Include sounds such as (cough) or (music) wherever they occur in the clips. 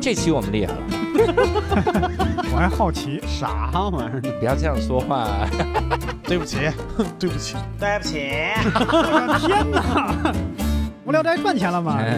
这期我们厉害了，我还好奇，啥玩意儿？你不要这样说话。对不起，对不起，对不起，我的天哪！无聊斋赚钱了吗？ (laughs)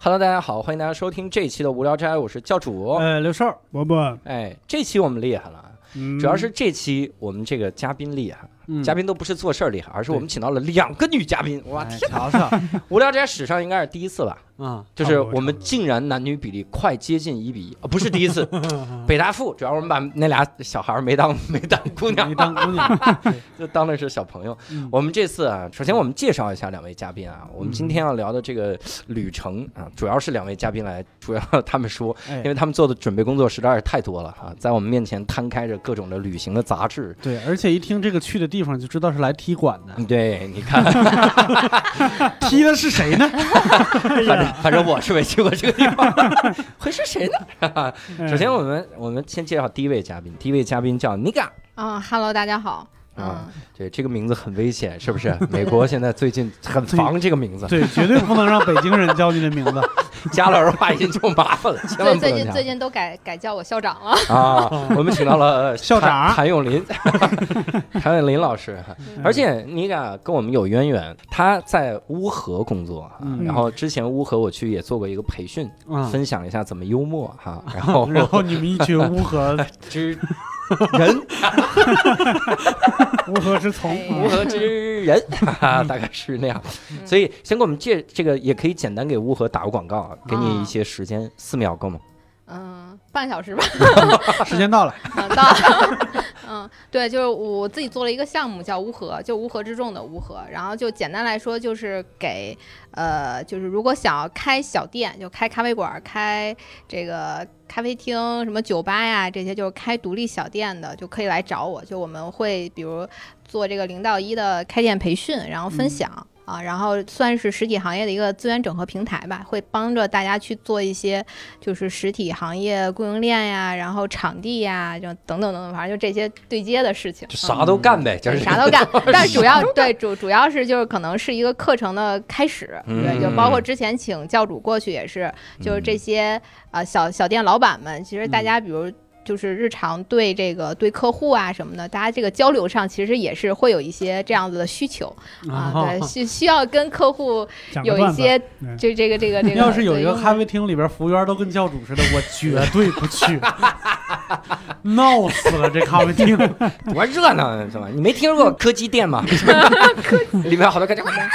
Hello，大家好，欢迎大家收听这一期的无聊斋，我是教主。呃，刘寿，伯伯，哎，这期我们厉害了，嗯主要是这期我们这个嘉宾厉害，嗯嘉宾都不是做事儿厉害，而是我们请到了两个女嘉宾。哇，哎天瞧瞧无聊斋史上应该是第一次吧？啊，就是差不多我们竟然男女比例快接近一比一，啊不是第一次。北大附主要我们把那俩小孩儿没当没当姑娘你，当姑娘，就当的是小朋友。嗯我们这次啊，首先我们介绍一下两位嘉宾啊，我们今天要聊的这个旅程啊，主要是两位嘉宾来，主要 (laughs) 他们说，哎因为他们做的准备工作实在是太多了啊，在我们面前摊开着各种的旅行的杂志。对，而且一听这个去的地方就知道是来踢馆 (laughs) 的，对，你看，踢的是谁呢？哎反正呀，反正我是没去过这个地方，会是谁呢？ (laughs) 首先，哎我们我们先介绍第一位嘉宾，第一位嘉宾叫 Niga 嗯，Hello，大家好。啊嗯，对，这个名字很危险，是不是？美国现在最近很防这个名字，对，绝对不能让北京人叫你的名字。加了儿化音就麻烦了，千最万不最能近加最。近都改改叫我校长了。啊，我们请到了呃校长谭谭咏麟， (laughs) 谭咏麟老师。嗯而且你俩跟我们有渊源，他在乌河工作啊，嗯然后之前乌河我去也做过一个培训，嗯，分享一下怎么幽默哈，然 (laughs) 后然后你们一群乌合， (laughs) 之人，乌合之从，啊哎乌河之 (laughs) 人，哈哈，大概是那样。嗯所以先给我们介这个，也可以简单给乌河打个广告啊，给你一些时间，四秒够吗？嗯，半小时吧，时间到了，嗯到了。嗯，对，就是我自己做了一个项目叫乌合，就乌合之众的乌合。然后就简单来说，就是给呃，就是如果想要开小店，就开咖啡馆、开这个咖啡厅、什么酒吧呀这些，就是开独立小店的，就可以来找我。就我们会比如做这个零到一的开店培训，然后分享。啊，然后算是实体行业的一个资源整合平台吧，会帮着大家去做一些，就是实体行业供应链呀，然后场地呀，就等等等等，反正就这些对接的事情。就啥都干呗，就是嗯啥 (laughs) 都干，但主要对主主要是就是可能是一个课程的开始，对，就包括之前请教主过去也是，就是嗯这些呃小小店老板们，其实大家比如。就是日常对这个对客户啊什么的，大家这个交流上其实也是会有一些这样子的需求啊，对，需需要跟客户讲个有一段子，些嗯就这个这个这个。要是有一个对咖啡厅里边服务员都跟教主似的，我绝对不去， (laughs) 闹死了这咖啡厅。多热闹啊呢是吧？你没听说过柯基店 (laughs) 吗？里面好多柯基哇哇哇哇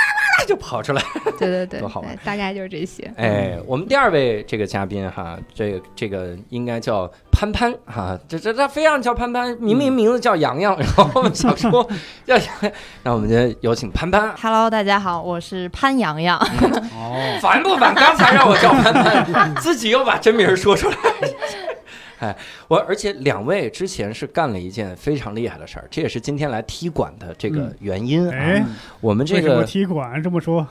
就跑出来。 (laughs) 对对对，多好啊玩哎大概就是这些。哎，我们第二位这个嘉宾哈，这个这个应该叫潘潘哈，这这他非让叫潘潘，明明名字叫洋 (laughs) 洋，然后我们想说叫洋洋，那我们就有请潘潘， Hello，大家好，我是潘洋洋。 (laughs) 哦，烦不烦？刚才让我叫潘 (laughs) 潘，自己又把真名说出来。 (laughs) 哎，我而且两位之前是干了一件非常厉害的事儿，这也是今天来踢馆的这个原因啊。哎，我们这为什么个踢馆这么说？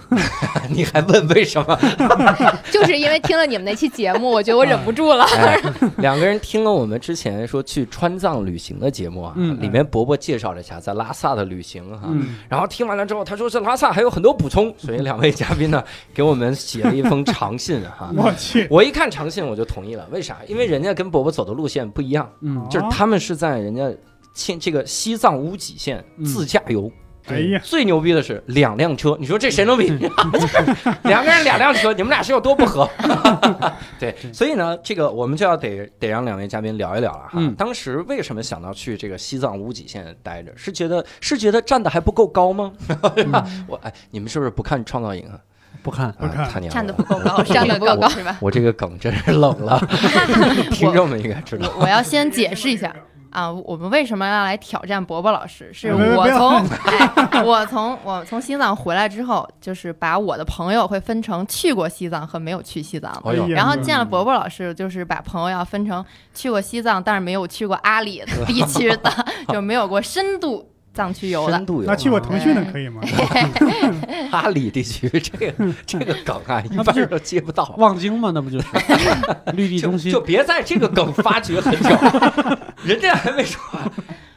你还问为什么？ (laughs) (laughs) 就是因为听了你们那期节目，我觉得我忍不住了。哎，两个人听了我们之前说去川藏旅行的节目啊，嗯里面伯伯介绍了一下在拉萨的旅行哈、嗯，然后听完了之后，他说是拉萨还有很多补充，所以两位嘉宾呢给我们写了一封长信啊哈、嗯我去，我一看长信我就同意了，为啥？因为人家跟伯伯走的路线不一样，嗯就是他们是在人家现这个西藏乌脊县嗯自驾游。哎呀，最牛逼的是两辆车，你说这谁能比？嗯 (laughs) 两个人两辆车，你们俩是有多不 (laughs) 合？对，所以呢，这个我们就要得得让两位嘉宾聊一聊了哈。嗯当时为什么想到去这个西藏乌脊县待着？是觉得是觉得站的还不够高吗？ (laughs) 我哎，你们是不是不看创造营啊？不看，嗯不看啊、他 (laughs) 娘站得不够高， (laughs) 站得不够高是吧？我这个梗真是冷 (laughs) 了，听众们应该知道。我我要先解释一下啊，我们为什么要来挑战伯伯老师？是别别我别从、哎、我从 (laughs) 我从西藏回来之后，就是把我的朋友会分成去过西藏和没有去西藏。哎呦哎呀然后见了伯伯老师，就是把朋友要啊分成去过西藏，但是没有去过阿里地区的， (laughs) 就没有过深度藏区游的深。度游那去过腾讯的可以吗？阿里地区，这嗯个这个梗啊，一那不般是人都接不到。望京嘛，那不就是绿地就中心就？别在这个梗发掘很久， (laughs) 人家还没说完。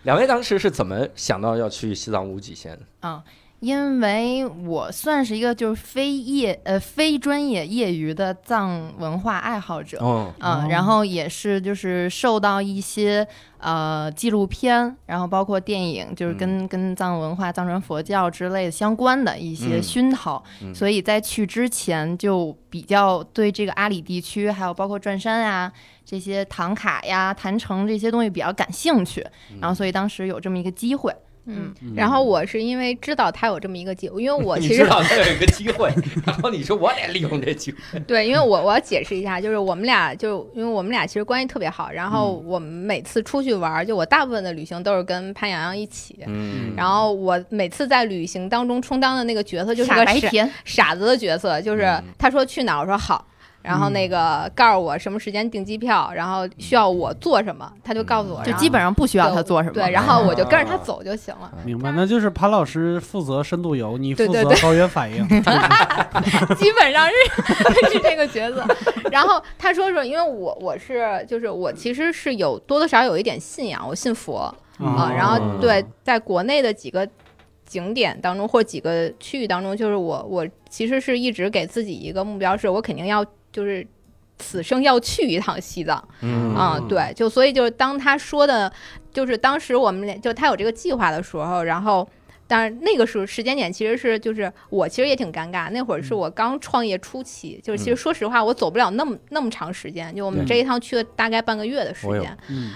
两位当时是怎么想到要去西藏无极限的？啊、因为我算是一个就是非业呃非专业业余的藏文化爱好者，哦，嗯，然后也是就是受到一些呃纪录片，然后包括电影，就是嗯跟、跟藏文化、藏传佛教之类的相关的一些嗯熏陶，嗯所以在去之前就比较对这个阿里地区，还有包括转山啊这些唐卡呀、坛城这些东西比较感兴趣，嗯然后所以当时有这么一个机会，嗯，然后我是因为知道他有这么一个机会，因 (laughs) 为我嗯你其知实道他有一个机会，然后你说我得利用这机会，对，因为我我要解释一下，就是我们俩就因为我们俩其实关系特别好，然后嗯我们每次出去玩儿，就我大部分的旅行都是跟潘洋洋一起。嗯然后我每次在旅行当中充当的那个角色就是傻个白傻甜，傻子的角色，就是嗯他说去哪儿，我说好，然后那个告诉我什么时间订机票，然后需要我做什么，他就告诉嗯我，就然后基本上不需要他做什么，对，然后我就跟啊着他走就行了，明白，那就是潘老师负责深度游，你负对对责对高原反应。 (laughs) 基本上是是这个角色。然后他说说，因为我我是就是我其实是有多多少少有一点信仰，我信佛啊、哦然后嗯对，在国内的几个景点当中或者几个区域当中，就是我我其实是一直给自己一个目标，是我肯定要就是此生要去一趟西藏。嗯啊、嗯对，就所以就是当他说的，就是当时我们俩就他有这个计划的时候，然后。但是那个时候时间点其实是就是我其实也挺尴尬，那会儿嗯是我刚创业初期，就是其实说实话我走不了那么那么长时间，就我们对这一趟去了大概半个月的时我有间，嗯，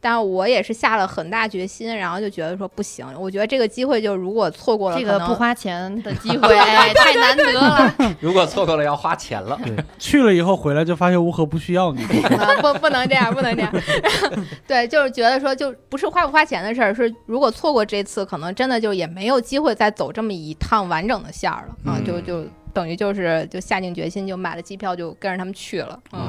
但我也是下了很大决心，然后就觉得说不行，我觉得这个机会就如果错过了，这可个能不花钱 (laughs) 的机会哎太难得了，如果错过了要花钱了，嗯去了以后回来就发现乌合不需要你。啊， (laughs) 不不能这样，不能这样。 (laughs) 对，就是觉得说，就不是花不花钱的事儿，是如果错过这次，可能真的就也没有机会再走这么一趟完整的线儿了啊，嗯就就等于就是就下定决心，就买了机票，就跟着他们去了。嗯，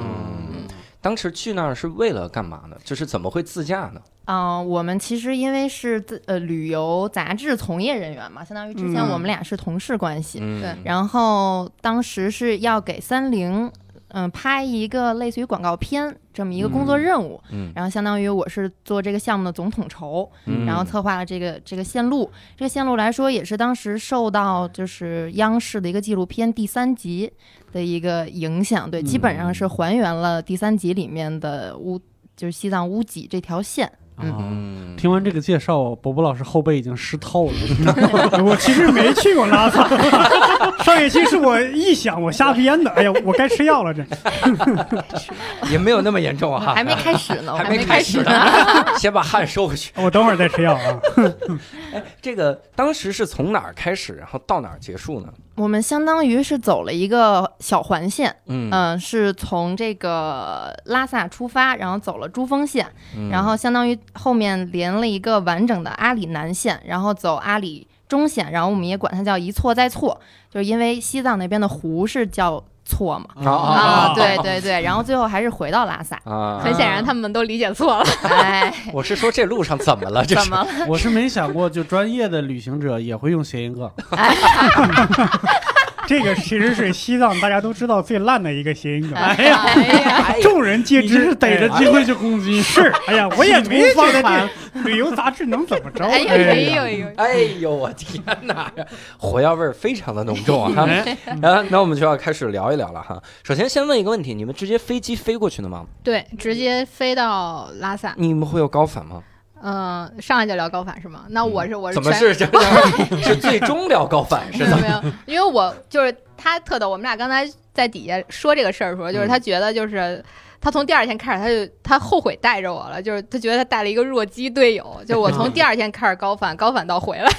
嗯，当时去那儿是为了干嘛呢？就是怎么会自驾呢？嗯、我们其实因为是自呃旅游杂志从业人员嘛，相当于之前嗯我们俩是同事关系，嗯，对然后当时是要给三菱嗯、拍一个类似于广告片这么一个工作嗯任务，嗯，然后相当于我是做这个项目的总统筹，嗯然后策划了这个这个线路。这个线路来说，也是当时受到就是央视的一个纪录片第三集的一个影响，对，基嗯本上是还原了第三集里面的乌，就是西藏乌脊这条线。啊嗯，听完这个介绍，伯伯老师后背已经湿透了。 (laughs) 我其实没去过拉萨，上一期是我臆想，我瞎编的。哎呀，我该吃药了这。也没有那么严重嗯啊，还没开始 (laughs) 呢，我还没没开始始呢。 (laughs) 先把汗收回去。我等会儿再吃药啊。这个当时是从哪儿开始，然后到哪儿结束呢？我们相当于是走了一个小环线，嗯嗯、是从这个拉萨出发，然后走了珠峰线，嗯然后相当于后面连了一个完整的阿里南线，然后走阿里中线，然后我们也管它叫一错再错，就是因为西藏那边的湖是叫错嘛。哦。(laughs) 啊，对对对，然后最后还是回到拉萨啊，很显然他们都理解错了。哎，我是说这路上怎么了？这怎是么了？我是没想过，就专业的旅行者也会用谐音 (laughs) 梗。这个其实是西藏大家都知道最烂的一个谐音梗，哎 (laughs) 呀，众人皆你这知。是逮着啊哎机会就攻击。是，哎呀，我也没企图觉放得盘这 (laughs) 旅游杂志能怎么着。哎呦哎哎呀呦哎呦！哎呦，我天哪，火药味儿非常的浓重啊！哎 (laughs) 啊，那我们就要开始聊一聊了哈。首先，先问一个问题：你们直接飞机飞过去的吗？对，直接飞到拉萨。你们会有高反吗？嗯、上来就聊高反是吗？那我是我是怎么全是 (laughs) 这样？是最终聊高反 (laughs) 没是有吧？没有，因为我就是他特逗，我们俩刚才在底下说这个事儿的时候，嗯就是他觉得就是。他从第二天开始，他就他后悔带着我了，就是他觉得他带了一个弱鸡 (laughs) 队友，就 (laughs) 我从第二天开始高反，高反到回来，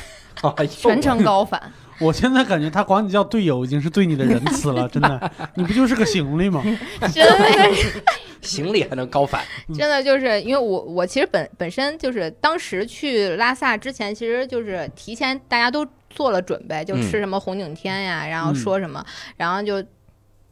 哎呦全程高反， (laughs) 我现在感觉他管你叫队友已经是对你的仁慈 (laughs) 了，真的，你不就是个行李吗？真的是 (laughs) 行李还能高反？真的就是因为我我其实本本身就是当时去拉萨之前，其实就是提前大家都做了准备，就嗯吃什么红景天呀，然后嗯说什么，然后就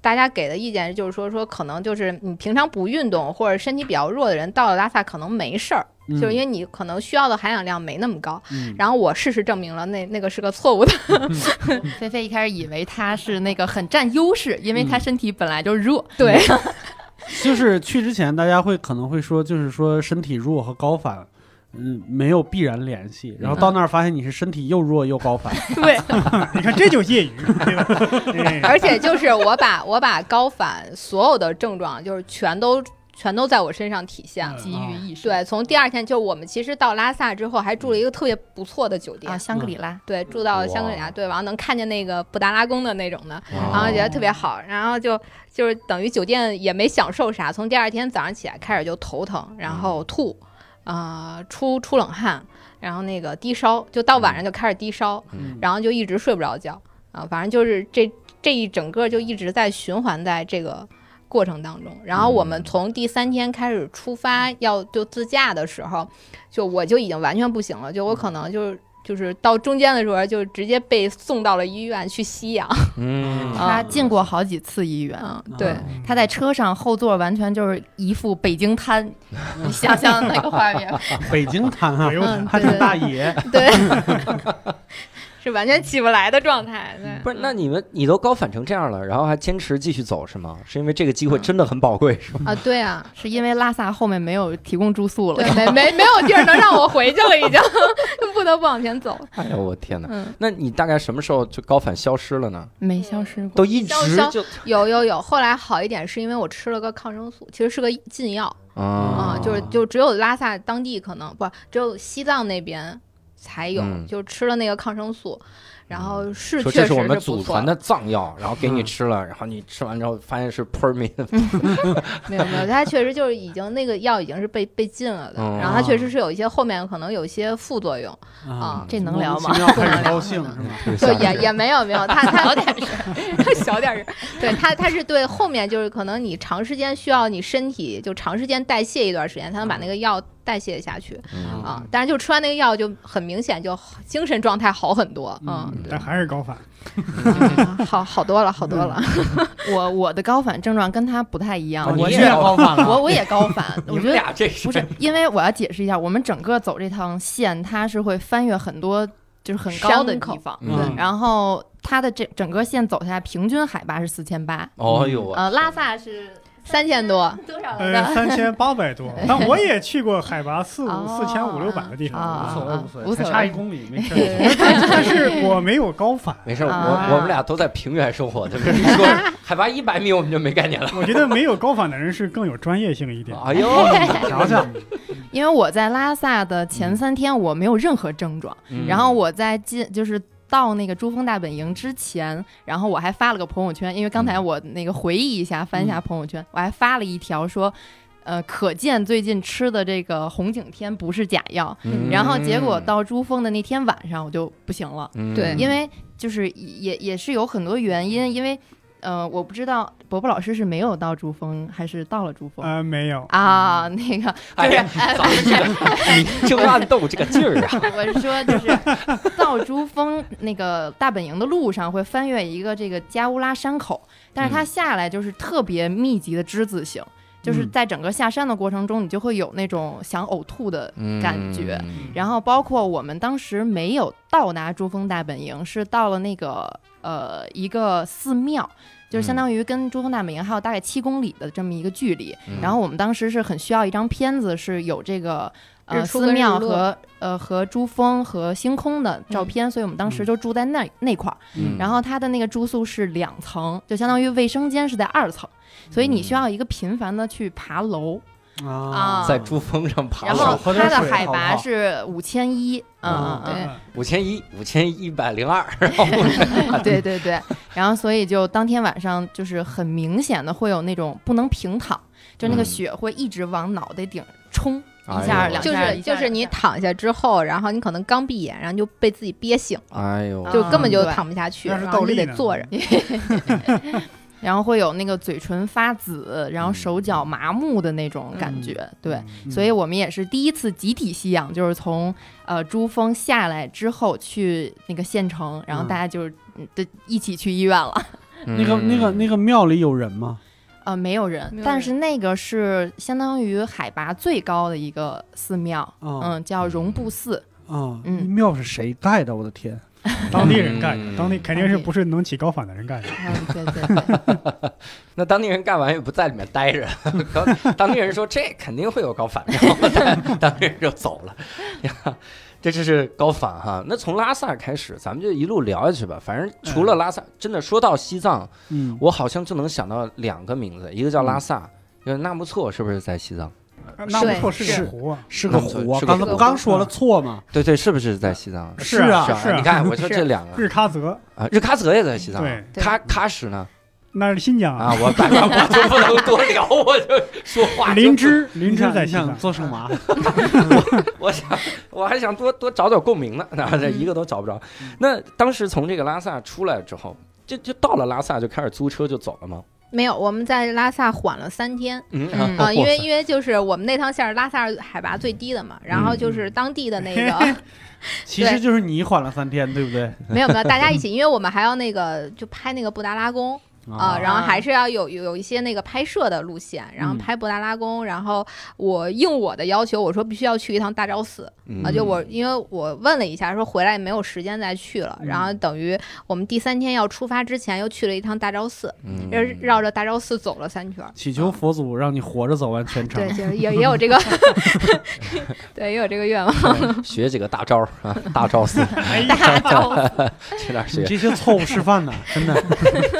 大家给的意见就是说说可能就是你平常不运动或者身体比较弱的人到了拉萨可能没事儿，就是因为你可能需要的含氧量没那么高。嗯然后我事实证明了那那个是个错误的，菲菲一开始以为他是那个很占优势，因为他身体本来就弱，对，就是去之前，大家会可能会说，就是说身体弱和高反，嗯，没有必然联系。然后到那儿发现你是身体又弱又高反，对，你看这就是业余，对 (laughs) 吧？哎而且就是我把我把高反所有的症状，就是全都全都在我身上体现了。急于一时。对，从第二天就我们其实到拉萨之后，还住了一个特别不错的酒店，啊，香格里拉，对，住到香格里哇拉，对，然后能看见那个布达拉宫的那种的，然啊后觉得特别好，然后就就是等于酒店也没享受啥，从第二天早上起来开始就头疼，然后吐，啊，出出冷汗，然后那个低烧，就到晚上就开始低烧，嗯然后就一直睡不着觉啊，反正就是这这一整个就一直在循环在这个过程当中。然后我们嗯从第三天开始出发要就自驾的时候，就我就已经完全不行了，就我可能就是。就是到中间的时候，就直接被送到了医院去吸氧。嗯他啊进过好几次医院。嗯， (laughs) (laughs) 对，他在车上后座完全就是一副北京瘫，你想象那个画 (laughs) 面，北京瘫啊，呦我嗯，还对挺大爷，对， (laughs) 是完全起不来的状态。对，不是，那你们你都高反成这样了，然后还坚持继续走是吗？是因为这个机会真的很宝贵是吗？啊，对啊，是因为拉萨后面没有提供住宿了对，，没 (laughs) 没没有地儿能让我回去了， (laughs) 已经不得不往前走。哎呦我天哪！嗯，那你大概什么时候就高反消失了呢？没消失过。都一直消就有有有，后来好一点是因为我吃了个抗生素，其实是个禁药啊、啊就是就只有拉萨当地可能不，只有西藏那边才有，嗯就吃了那个抗生素，然后是说确这实是我们不祖错传的藏药，然后给嗯你吃了，然后你吃完之后发现是扑 (laughs) 民，没有没有，它确实就是已经那个药已经是被被禁了的，哦然后它确实是有一些后面可能有一些副作用，啊这能聊吗莫名其妙开始高兴是吗？ (laughs) 特别就吓也人也没有没有，它它小点声， (laughs) 小点声，对它它是对后面就是可能你长时间需要你身体就长时间代谢一段时间才能把那个药代谢下去嗯啊，但是就吃完那个药就很明显就精神状态好很多，嗯，但还是高反，啊好好多了好多了，我我的高反症状跟他不太一啊样，哦我你是也高反了，我我也高 (laughs) 反，你我们觉得俩这是不是，因为我要解释一下，我们整个走这趟线，它是会翻越很多就是很高的山口地方，嗯然后它的这整个线走下来，平均海拔是四千八，哦呦我呃，拉萨是 (laughs) 三千多，多少来呃，着？三千八百 (laughs) 多，但我也去过海拔四五、哦四千五六百的地啊方，无所谓无所啊无谓，所才谓差一公里 (laughs) 没事儿。但是我没有高反，没事，我啊我们俩都在平原生活，对不对？你说 (laughs) 海拔一百米我们就没概念了。我觉得没有高反的人是更有专业性一点。哦哎呦，瞧瞧，因为我在拉萨的嗯前三天我没有任何症状，嗯然后我在进就是。到那个珠峰大本营之前，然后我还发了个朋友圈，因为刚才嗯我那个回忆一下，翻一下朋友圈，我还发了一条说，呃，可见最近吃的这个红景天不是假药。嗯然后结果到珠峰的那天晚上，我就不行了，嗯对因为就是也也是有很多原因，因为呃，我不知道伯伯老师是没有到珠峰，还是到了珠峰。呃，没有，啊，那个哎就是呀， (laughs) 早知 (laughs) 道你就暗斗这个劲儿啊！我是说，就是到珠峰那个大本营的路上会翻越一个这个加乌拉山口，但是它下来就是特别密集的之字形，就是在整个下山的过程中，你就会有那种想呕吐的。感觉嗯然后包括我们当时没有到达珠峰大本营，是到了那个呃一个寺庙。就是相当于跟珠峰大本营还有大概七公里的这么一个距离，嗯然后我们当时是很需要一张片子，是有这个呃日寺出跟日庙落和呃和珠峰和星空的嗯照片，所以我们当时就住在那、那块儿。嗯然后它的那个住宿是两层，就相当于卫生间是在二层，所以你需要一个频繁的去爬楼。嗯啊在珠峰上爬哦然了后少喝点它的水海好不拔好是五千一，嗯嗯嗯，五千一五千一百零二， (laughs) 然后啊对对对。然后所以就当天晚上就是很明显的会有那种不能平躺，就那个嗯血会一直往脑袋顶冲哎一下呦两就下是一就下是你两下躺下之后，然后你可能刚闭眼，然后就被自己憋醒了，哎呦就根本就嗯对躺不下去，那是然后倒就立得呢坐着。然后会有那个嘴唇发紫，然后手脚麻木的那种感觉，嗯对。所以我们也是第一次集体吸氧，就是从呃珠峰下来之后去那个县城，然后大家就是嗯对一起去医院了。 (laughs) 嗯那个那个那个庙里有人吗？呃，没有人，没有但是那个是相当于海拔最高的一个寺庙，啊哦嗯，叫绒布寺。啊，嗯庙是谁盖的？我的天！当地人干嗯的，当地肯定是不是能起高反的人干的。嗯，对对 (laughs) 对，那当地人干完也不在里面待着， (laughs) 当当地人说这肯定会有高反，然后当当地人就走了。 (laughs) 呀这就是高反哈。那从拉萨开始，咱们就一路聊下去吧。反正除了拉萨，真的说到西藏，嗯，我好像就能想到两个名字，一个叫拉嗯萨，一个纳木错，是不是在西藏？纳木错是是个湖啊，是个个湖湖啊啊，刚才刚才不不刚刚说说了了错吗？对对，是不是在西藏？是啊是是啊你看我说这两个，日喀则，啊，日喀则也在西藏啊，对喀喀什呢？那是新疆啊，，我反正我就不能多聊，我就说话就不啊林芝，林芝看在你西想藏。做啊圣马，我想，我还想多多找点共鸣呢，然后这嗯一个都找不着。那当时从这个拉萨出来之后，就就到了拉萨就开始租车就走了吗？ (laughs) 没有，我们在拉萨缓了三天嗯 (laughs) 嗯啊、因为因为就是我们那趟线儿拉萨海拔最低的嘛，然后就是当地的那个、 (laughs) 其实就是你缓了三天，对不对？没有没有，大家一起，因为我们还要那个就拍那个布达拉宫啊、然后还是要有有有一些那个拍摄的路线，然后嗯拍布达拉宫，然后我应我的要求，我说必须要去一趟大昭寺，嗯啊，就我因为我问了一下，说回来没有时间再去了，然后等于我们第三天要出发之前又去了一趟大昭寺，嗯绕绕着大昭寺走了三圈儿。祈求佛祖让你活着走完全程对，。就是也也有这个， (laughs) 对，也有这个愿望。学几个大招儿啊，大招 (laughs) 四哎呀，去哪儿你嗯学？这些错误示范呢，真的。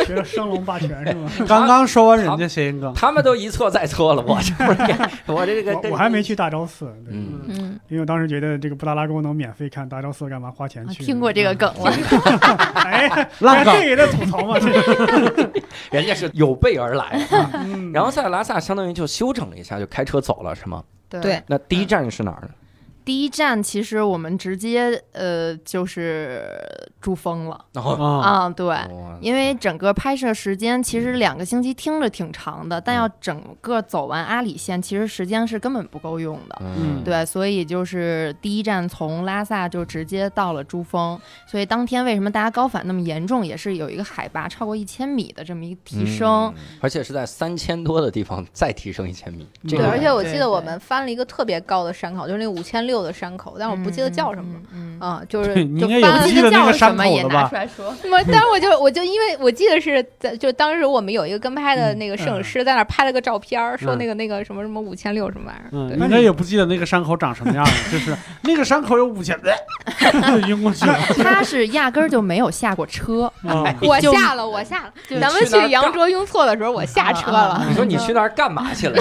学了升龙霸拳 (laughs) 是吗？刚刚说完人家谐音梗，他们都一错再错了，我这不是我这个我我还没去大昭寺，对嗯。嗯，因为我当时觉得这个布达拉宫能免费看，大昭寺干嘛花钱啊去？嗯听过这个梗 (laughs) 了，哎，烂梗这也在吐槽 (laughs) 嘛，这是。人家是有备而来啊。 (laughs) 嗯然后在拉萨相当于就休整了一下，就开车走了是吗？对那第一站是哪儿呢？第一站其实我们直接呃就是珠峰了然啊，啊、对。哇因为整个拍摄时间其实两个星期听着挺长的，但要整个走完阿里线，其实时间是根本不够用的。嗯嗯对，所以就是第一站从拉萨就直接到了珠峰，所以当天为什么大家高反那么严重，也是有一个海拔超过一千米的这么一个提升。嗯而且是在三千多的地方再提升一千米，这对对，个而且我嗯对记得我对们翻了一个特别高的山口，就是那五千六的山口，但啊我不记得叫什么了。嗯，嗯嗯啊，就是对你就应该有翻了记得那个山口也的拿吧出？来说，我，但是我就我就因为我记得是在就当时我们有一个跟拍嗯的那个摄影师在那儿拍了个照片儿，说嗯那个那个什么什么五千六什么玩意儿。嗯，对应该也不记得那个山口长什么样了， (laughs) 就是那个山口有五千，晕过去了。他呃是压根儿就没有下过车，啊哎我就下了，我下了。就咱们去那儿去羊卓雍措的时候，我 (laughs) 下车啊啊了。你说你去那儿干嘛去了？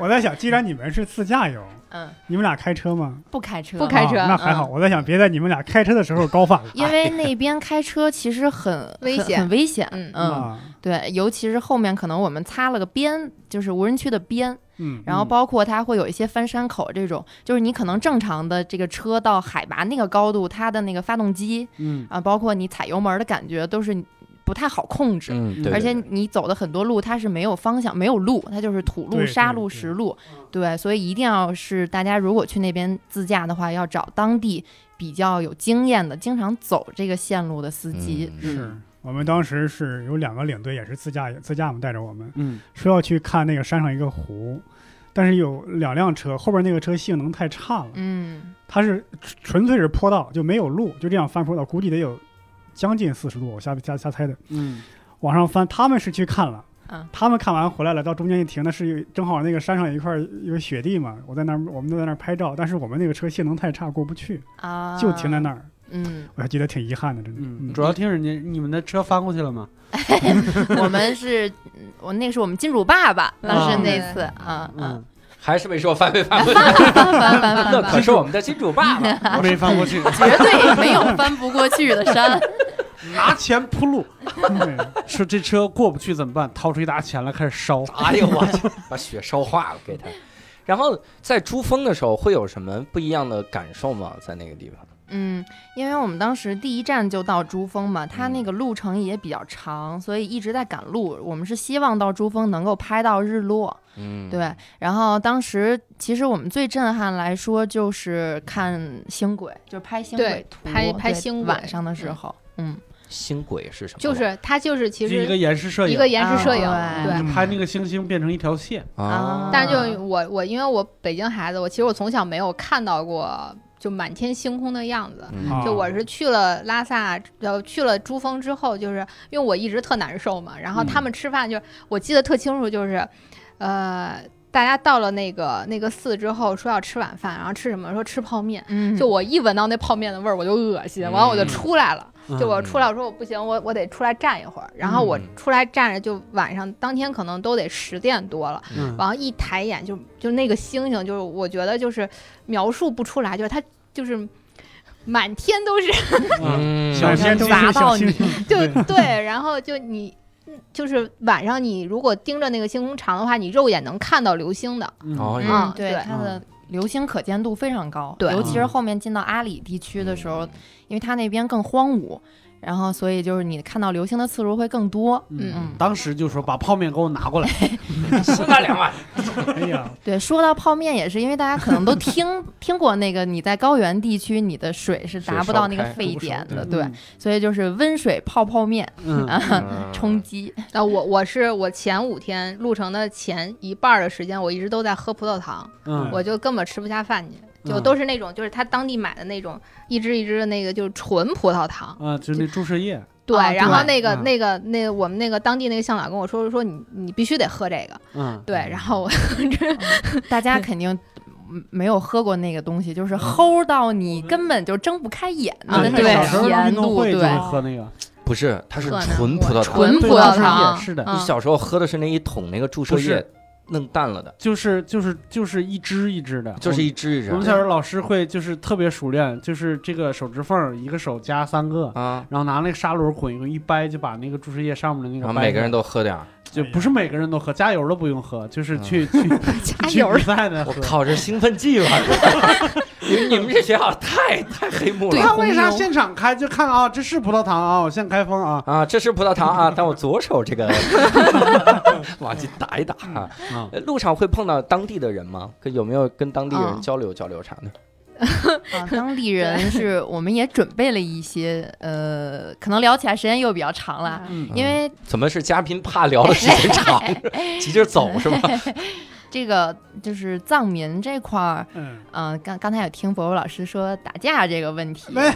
我在想，既然你们是自驾游，嗯，你们俩开车吗？不开车，嗯不开车啊那还好。我在想，别在你们俩开车的时候高反了。因为那边开车其实很危很险很危险。嗯嗯，啊，对，尤其是后面可能我们擦了个边，就是无人区的边，嗯，然后包括它会有一些翻山口这种，就是你可能正常的这个车到海拔那个高度，它的那个发动机嗯，啊，包括你踩油门的感觉都是不太好控制。嗯对而且你走的很多路，它是没有方向、没有路，它就是土路、对沙对路、对嗯石路，对，所以一定要是大家如果去那边自驾的话，要找当地比较有经验的、经常走这个线路的司机。嗯是，我们当时是有两个领队，也是自驾自驾嘛，带着我们嗯，说要去看那个山上一个湖，但是有两辆车，后边那个车性能太差了，嗯，它是纯粹是坡道，就没有路，就这样翻坡道，估计得有将近四十度，我瞎瞎瞎猜的。嗯，往上翻，他们是去看了嗯。他们看完回来了，到中间一停，那是有正好那个山上有一块有个雪地嘛，我在那儿，我们都在那儿拍照，但是我们那个车性能太差，过不去，啊，就停在那儿。哎嗯，我还觉得挺遗憾的，真的。嗯，主要听人家你们的车翻过去了吗？ (laughs) 我们是，嗯我那个是我们金主爸爸，嗯当时啊那次啊啊，嗯，还是没说翻没翻过去，翻翻翻那翻可翻，是我们的金主爸爸。嗯 (laughs) 没翻过嗯去，绝对没有翻不过去的山。拿钱铺路， (laughs) 对说这车过不去怎么办？掏出一沓钱来开始烧。哎呦我去，把雪烧化了给他。然后在珠峰的时候会有什么不一样的感受吗？在那个地方，嗯，因为我们当时第一站就到珠峰嘛，它那嗯个路程也比较长，所以一直在赶路。我们是希望到珠峰能够拍到日落，嗯对，。然后当时其实我们最震撼来说就是看星轨，就是拍星对轨图，拍拍对星轨晚上的时候，嗯，星轨是什么？就是它就是其就一个实延时摄影，一个延时摄影，啊对对。拍那个星星变成一条线，啊啊，但是就是我我因为我北京孩子，我其实我从小没有看到过。就满天星空的样子。嗯啊就我是去了拉萨，呃，去了珠峰之后，就是因为我一直特难受嘛，然后他们吃饭就、我记得特清楚，就是，呃，大家到了那个那个寺之后说要吃晚饭，然后吃什么？说吃泡面。嗯，就我一闻到那泡面的味儿，我就恶心，完了我就嗯出来了。嗯就我出来，我说我不行，我我得出来站一会儿。然后我嗯出来站着，就晚上当天可能都得十点多了。嗯然后一抬眼就就那个星星，就是我觉得就是描述不出来，就是它就是满天都是，嗯嗯小满天都砸是到小星你星， (laughs) 就对，然后就你。嗯就是晚上你如果盯着那个星空长的话，你肉眼能看到流星的。嗯哦嗯嗯，对对它的流星可见度非常高，对尤其嗯是后面进到阿里地区的时候，因为它那边更荒芜，然后所以就是你看到流星的次数会更多。嗯当时就说把泡面给我拿 (laughs) 过来，嗯 (laughs) 四大两碗，哎呀，对，说到泡面也是，因为大家可能都 (laughs) 听听过那个，你在高原地区你的水是达水不烧到那个开沸煮不熟点对的，对，所以就是温水泡泡面嗯，嗯，啊，充饥。那我我是我前五天路程的前一半儿的时间，我一直都在喝葡萄糖，嗯，我就根本吃不下饭去，就嗯都是那种就是他当地买的那种一支一支的那个就是纯葡萄糖。啊，就那注射液，对，啊然后对那个嗯那个那个我们那个当地那个向导跟我说说你你必须得喝这个。嗯，对，然后我大家肯定没有喝过那个东西，就是齁到你根本就睁不开眼嗯啊的那小时种候甜运动度，会就 (laughs) 对会。喝那个，不是，它是可能纯葡萄糖。纯对葡当萄时糖也是嗯的，你小时候喝的是那一桶那个注射不是液弄淡了的，就是就是就是一支一支的，就是一支一支啊我们小时候老师会就是特别熟练，就是这个手指缝儿一个手夹三个，啊，然后拿那个砂轮滚一滚，一掰就把那个注射液上面的那然个后掰开。每个人都喝点儿。就不是每个人都喝，加油都不用喝，就是去、 (laughs) 加去去比赛的嗯我喝。靠，这兴奋剂 (laughs) 吧！你们你们这学校太太黑幕不知了道为啥红牛现场开就看啊，这是葡萄糖啊，我现开封啊，啊！这是葡萄糖啊，但我左手这 (laughs) 个往进打一打啊。啊呃路上会碰到当地的人吗？跟有没有跟当地人嗯交流交流啥的？啊，当地人是我们也准备了一些，呃，可能聊起来时间又比较长了，嗯因为怎么是嘉宾怕聊的时间 (laughs) 长，急着走是吧？这个就是藏民这块儿，嗯，嗯、刚刚才有听博博老师说打架这个问题，哎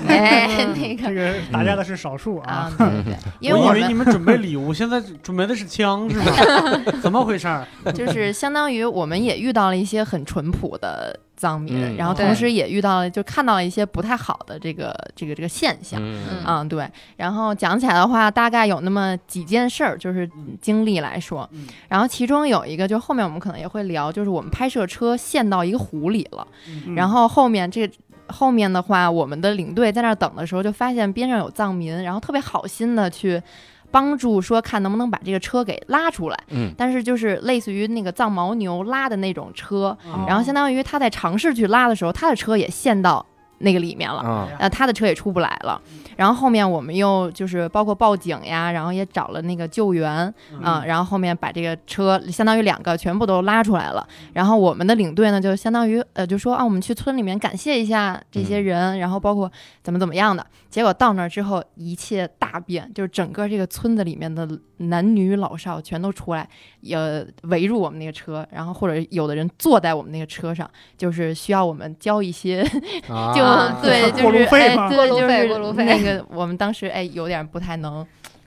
哎， (laughs) 那 (laughs) 个这个打架的是少数啊啊，，对对，因为我我以为你们们准备礼物，现在准备的是枪是 (laughs) 吧？怎么回事儿？就是 (laughs) 相当于我们也遇到了一些很淳朴的藏民，嗯然后同时也遇到了就看到了一些不太好的这个这个这个现象。嗯嗯，对。然后讲起来的话，大概有那么几件事儿，就是嗯经历来说。嗯然后其中有一个，就后面我们可能也会聊，就是我们拍摄车陷到一个湖里了，嗯然后后面这。后面的话，我们的领队在那儿等的时候，就发现边上有藏民，然后特别好心的去帮助，说看能不能把这个车给拉出来。嗯，但是就是类似于那个藏牦牛拉的那种车，嗯然后相当于他在尝试去拉的时候，他的车也陷到那个里面了。啊，呃，他的车也出不来了，然后后面我们又就是包括报警呀，然后也找了那个救援啊、嗯然后后面把这个车相当于两个全部都拉出来了，然后我们的领队呢就相当于呃就说啊，我们去村里面感谢一下这些人，然后包括怎么怎么样的，结果到那儿之后一切大变，就是整个这个村子里面的男女老少全都出来，也围住我们那个车，然后或者有的人坐在我们那个车上，就是需要我们交一些。啊就对，过就路是费哎嘛对过路费就是过路费那个我们当时哎有点不太能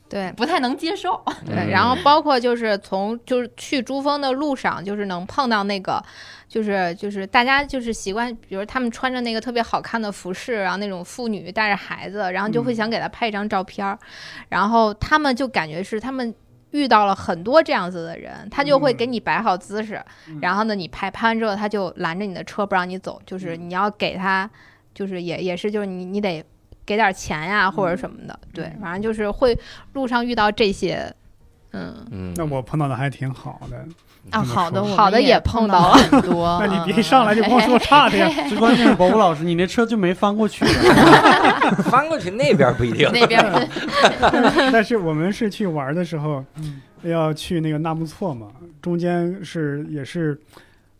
对不太能接受，对，嗯然后包括就是从就是去珠峰的路上，就是能碰到那个，就是就是大家就是习惯，比如他们穿着那个特别好看的服饰，然后那种妇女带着孩子，然后就会想给他拍一张照片儿，然后他们就感觉是他们。遇到了很多这样子的人，他就会给你摆好姿势，嗯然后呢，你拍拍完之后，他就拦着你的车不让你走，就是嗯你要给他，就是也也是就是你你得给点钱呀、嗯或者什么的，对，反正就是会路上遇到这些嗯，嗯，那我碰到的还挺好的，啊， (laughs) 好的我好的也也碰到到了很 (laughs) 多，那你别一上来就光哦说差的呀，嗯最关键是伯伯老师，你那车就没翻过去，翻过去那边不一定。那边儿 (laughs) 但是我们是去玩的时候嗯，要去那个纳木错嘛，中间是也是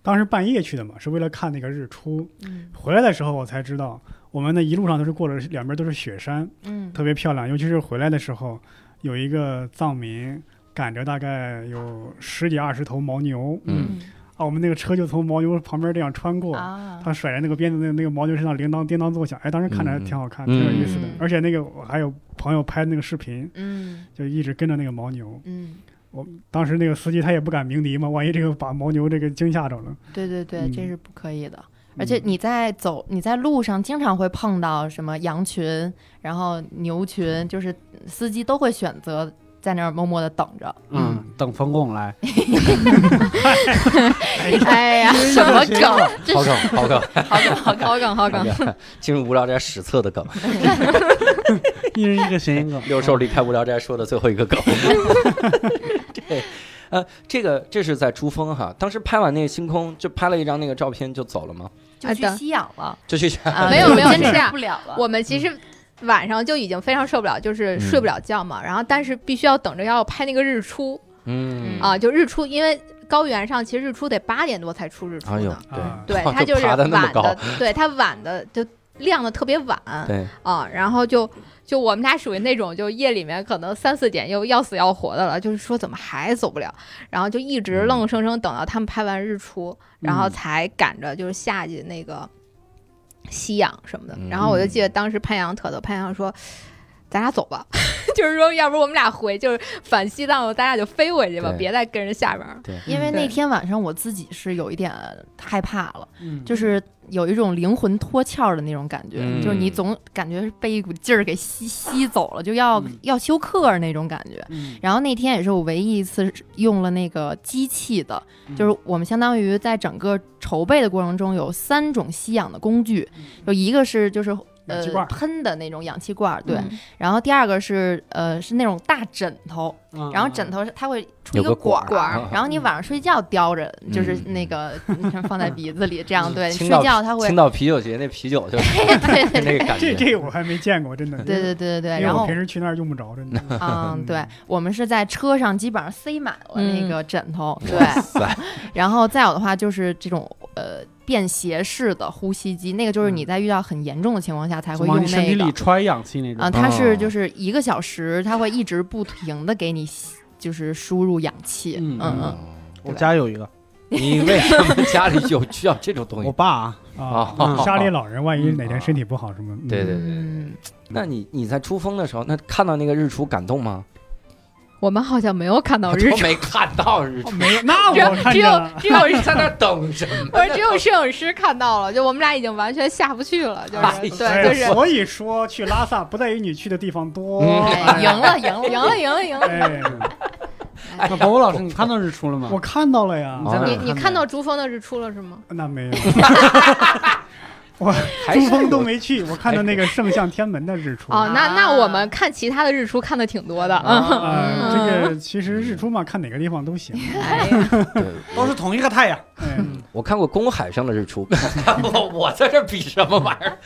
当时半夜去的嘛，是为了看那个日出。嗯回来的时候我才知道，我们那一路上都是过了两边都是雪山，嗯特别漂亮。尤其是回来的时候，有一个藏民赶着大概有十几二十头牦牛嗯嗯啊，啊，我们那个车就从牦牛旁边这样穿过，啊，他甩着那个鞭子，那个那个牦牛身上铃铛叮当作响，哎，当时看着还挺好看，嗯挺有意思的嗯。而且那个我还有朋友拍那个视频，嗯就一直跟着那个牦牛。嗯，当时那个司机他也不敢鸣笛嘛，万一这个把牦牛这个惊吓着了。对对对，嗯这是不可以的。而且你在走，你在路上经常会碰到什么羊群，然后牛群，就是司机都会选择在那儿默默的等着。嗯，等冯巩 (laughs) 来，哎呀，什 (laughs) 么梗？ (laughs) 这好是梗，好梗，好梗，好梗，好梗，好梗。进入无聊斋史册的 (laughs) 梗，一人一个谐音 (laughs) 梗。六兽离开无聊斋说的最后一个 (laughs) 梗。对，呃，这个这是在珠峰哈，当时拍完那个星空，就拍了一张那个照片就走了吗？就去吸氧 (laughs) 了就去啊，没有没有坚这持样不了了。我们其实晚上就已经非常受不了，嗯就是睡不了觉嘛。然后，但是必须要等着要拍那个日出嗯啊，就日出，因为高原上其实日出得八点多才出日出哎呦呢。，对啊对，哇它 (laughs) 就就是爬得晚那么高的，对它晚的就亮的特别晚对，啊。然后就就我们俩属于那种，就夜里面可能三四点又要死要活的了，就是说怎么还走不了，然后就一直嗯愣生生等到他们拍完日出，然后嗯才赶着就是下去那个吸氧什么的。然后我就嗯记得当时潘阳特逗，潘阳说。咱俩走吧， (laughs) 就是说，要不我们俩回，就是返西藏，咱俩就飞回去吧，对别再跟人下边儿。因为嗯对那天晚上我自己是有一点害怕了，嗯，就是有一种灵魂脱壳的那种感觉，嗯就是你总感觉是被一股劲儿给吸吸走了，就要、嗯要休克儿那种感觉。嗯，然后那天也是我唯一一次用了那个机器的，嗯就是我们相当于在整个筹备的过程中有三种吸氧的工具，有一个是就是氧呃气罐儿喷的那种氧气罐儿，对，嗯然后第二个是呃是那种大枕头，嗯，然后枕头是它会出有一个管管儿儿，然后你晚上睡觉叼着，就是嗯那个放在鼻子里，这样对，青睡岛觉它会 (laughs) 青，岛啤酒节那啤 (laughs) 酒就是对对那个感这觉，这我还没见过，真的。对对对对，因为然我后平时去那儿用不着，(laughs) 真的。嗯，对，我们是在车上基本上塞满了那个枕头，哇对，塞，然后再有的话就是这种呃便携式的呼吸机，那个就是你在遇到很严重的情况下才会往用你身体那里个，揣氧气那啊，种。它哦是就是一个小时，它会一直不停的给你吸就是输入氧气，嗯嗯嗯，我家有一个，你为什 (laughs) 么家里有需要这种东我西？爸啊，啊哦，家里老人万一哪天身体不好什么，嗯对对对对。嗯那你你在珠峰的时候，那看到那个日出感动吗？我们好像没有看到我哦日都出，没看到日出，没那只有啊我看只见有了。只有日在那儿等什 (laughs) 么？我说只有摄影师看到了，就我们俩已经完全下不去了，就是、哎对，就哎是所以说去拉萨不在于你去的地方多，嗯哎哎赢了赢了赢了，赢了，赢了。哎，那博博老师，你看到日出了吗？我看到了呀你，在哪儿 (laughs) 你的你看到珠峰的日出了是吗？那没有，还珠是峰都没去，我看到那个圣象天门的日出。哦，那啊那我们看其他的日出看的挺多的，嗯，啊，嗯这个其实日出嘛，看哪个地方都 (laughs) 行。哎呀，对嗯都是同一个太阳。哎，我看过公海上的日出，我 (laughs) 我在这比什么玩意儿？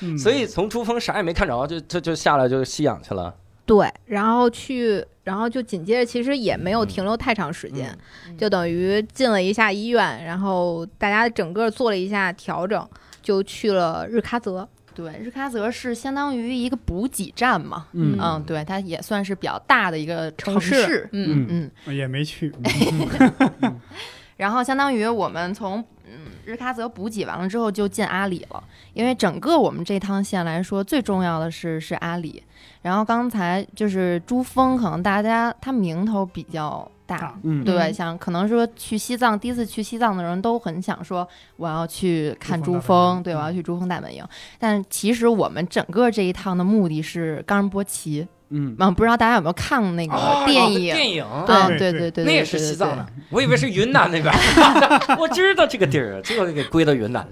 嗯所以从珠峰啥也没看着，就就就下来就吸氧去了。对，然后去，然后就紧接着其实也没有停留太长时间，嗯就等于进了一下医院，然后大家整个做了一下调整，就去了日喀则，对，日喀则是相当于一个补给站嘛，嗯嗯，对，它也算是比较大的一个城市，嗯，嗯嗯，也没去，然后相当于我们从嗯日喀则补给完了之后就进阿里了，因为整个我们这趟线来说最重要的是是阿里。然后刚才就是珠峰，可能大家它名头比较大，大嗯，对，嗯想可能说去西藏，第一次去西藏的人都很想说我要去看珠峰大珠本峰，营对，我要嗯去珠峰大本营。但其实我们整个这一趟的目的是冈仁波齐，嗯，嗯，不知道大家有没有看那个哦电影？啊哦电影哦啊，对对对对对，那也对是对西对藏的，我以为是云南那边， (laughs) 我知道这个地儿，最后就给归到云南了。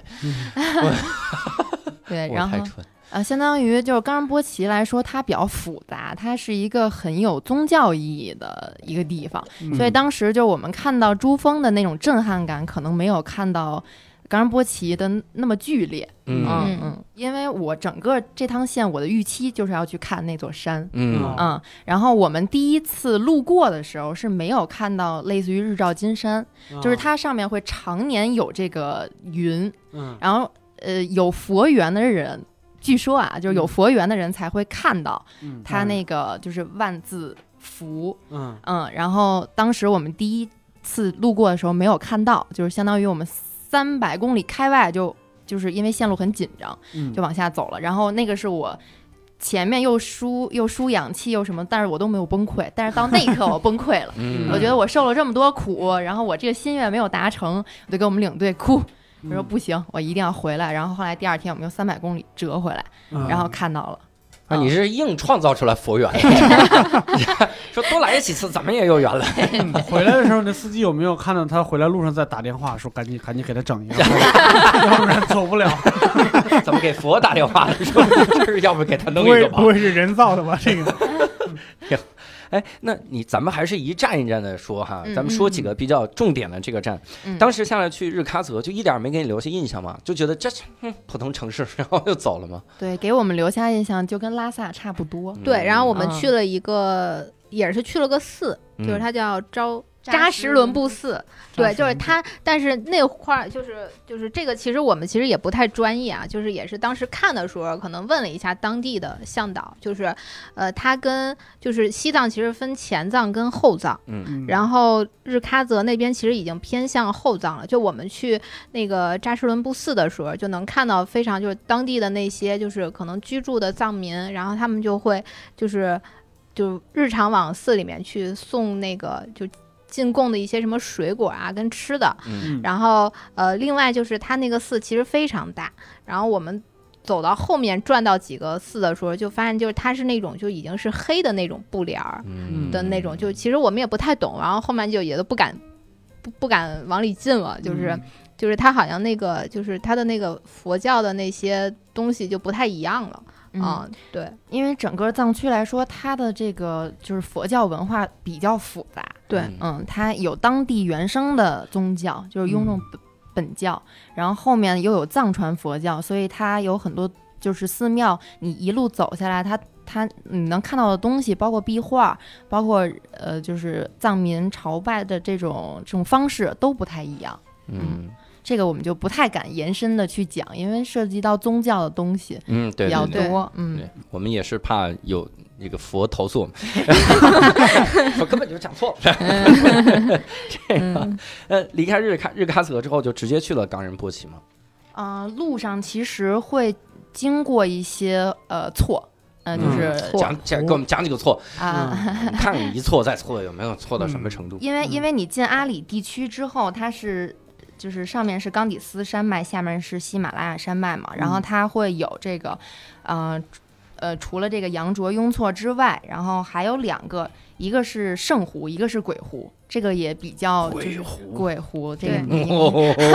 我对，哎然后太蠢，呃，相当于就是冈仁波齐来说，它比较复杂，它是一个很有宗教意义的一个地方，嗯所以当时就我们看到珠峰的那种震撼感，可能没有看到冈仁波齐的那么剧烈。嗯嗯嗯，因为我整个这趟线我的预期就是要去看那座山。嗯，嗯，然后我们第一次路过的时候是没有看到类似于日照金山，就是啊它上面会常年有这个云，嗯，然后呃有佛缘的人，据说啊，就是有嗯佛缘的人才会看到嗯它那个就是万字符，嗯嗯，然后当时我们第一次路过的时候没有看到，就是相当于我们三百公里开外就就是因为线路很紧张，嗯就往下走了。然后那个是我前面又输又输氧气又什么，但是我都没有崩溃。但是到那一刻我崩溃了嗯我觉得我受了这么多苦，然后我这个心愿没有达成，我就跟我们领队哭。嗯我说不行，我一定要回来。然后后来第二天我们又三百公里折回来，嗯然后看到了。啊，哦你是硬创造出来佛 (laughs) 缘，说多来几次怎么也有缘了。回来的时候，那司机有没有看到他回来路上在打电话，说赶紧赶紧给他整一个，要不然走不了。怎么给佛打电话了？说 (laughs) 这是要不给他不弄一会个吧不？会是人造的吧？这个哎，那你咱们还是一站一站的说哈，嗯咱们说几个比较重点的这个站。嗯当时下来去日喀则，就一点儿没给你留下印象嘛，就觉得这是、嗯、普通城市，然后就走了嘛。对，给我们留下印象就跟拉萨差不多。对，然后我们嗯去了一个，也是去了个寺，嗯就是它叫昭扎扎什什伦伦布寺。扎 (laughs) 对，什就是伦布它，但是那块儿就是就是这个，其实我们其实也不太专业啊，就是也是当时看的时候，可能问了一下当地的向导，就是呃，它跟就是西藏其实分前藏跟后藏。嗯然后日喀则那边其实已经偏向后藏了，就我们去那个扎什伦布寺的时候，就能看到非常就是当地的那些就是可能居住的藏民，然后他们就会就是就日常往寺里面去送那个就进贡的一些什么水果啊跟吃的，嗯嗯 (laughs) 然后呃，另外就是它那个寺其实非常大，然后我们走到后面转到几个寺的时候，就发现就是它是那种就已经是黑的那种布帘儿，嗯的那种，就其实我们也不太懂，然后后面就也都不敢不不敢往里进了，就是、嗯就是他好像那个就是他的那个佛教的那些东西就不太一样了嗯，啊、对因为整个藏区来说，它的这个就是佛教文化比较复杂。对，嗯，它有当地原生的宗教，就是雍嗯正本本教，然后后面又有藏传佛教，所以它有很多就是寺庙，你一路走下来，它它你能看到的东西，包括壁画，包括呃，就是藏民朝拜的这种这种方式都不太一样。嗯这个我们就不太敢延伸的去讲，因为涉及到宗教的东西嗯，对比较对对。多。嗯，对我们也是怕有那个佛投诉我 (laughs) 们，说根本就讲错了。嗯 (laughs) 这个，呃，离开日喀日喀则之后，就直接去了冈仁波齐嘛。啊、路上其实会经过一些呃错，嗯嗯、就是、讲讲给我们讲几个错，啊。我们看 (laughs) 看一错再错有没有错到什么程度。因为嗯因为你进阿里地区之后，它是就是上面是冈底斯山脉，下面是喜马拉雅山脉嘛，然后嗯它会有这个，呃呃，除了这个羊卓雍措之外，然后还有两个，一个是圣湖，一个是鬼湖，这个也比较就是鬼湖这个对你 (laughs) 哦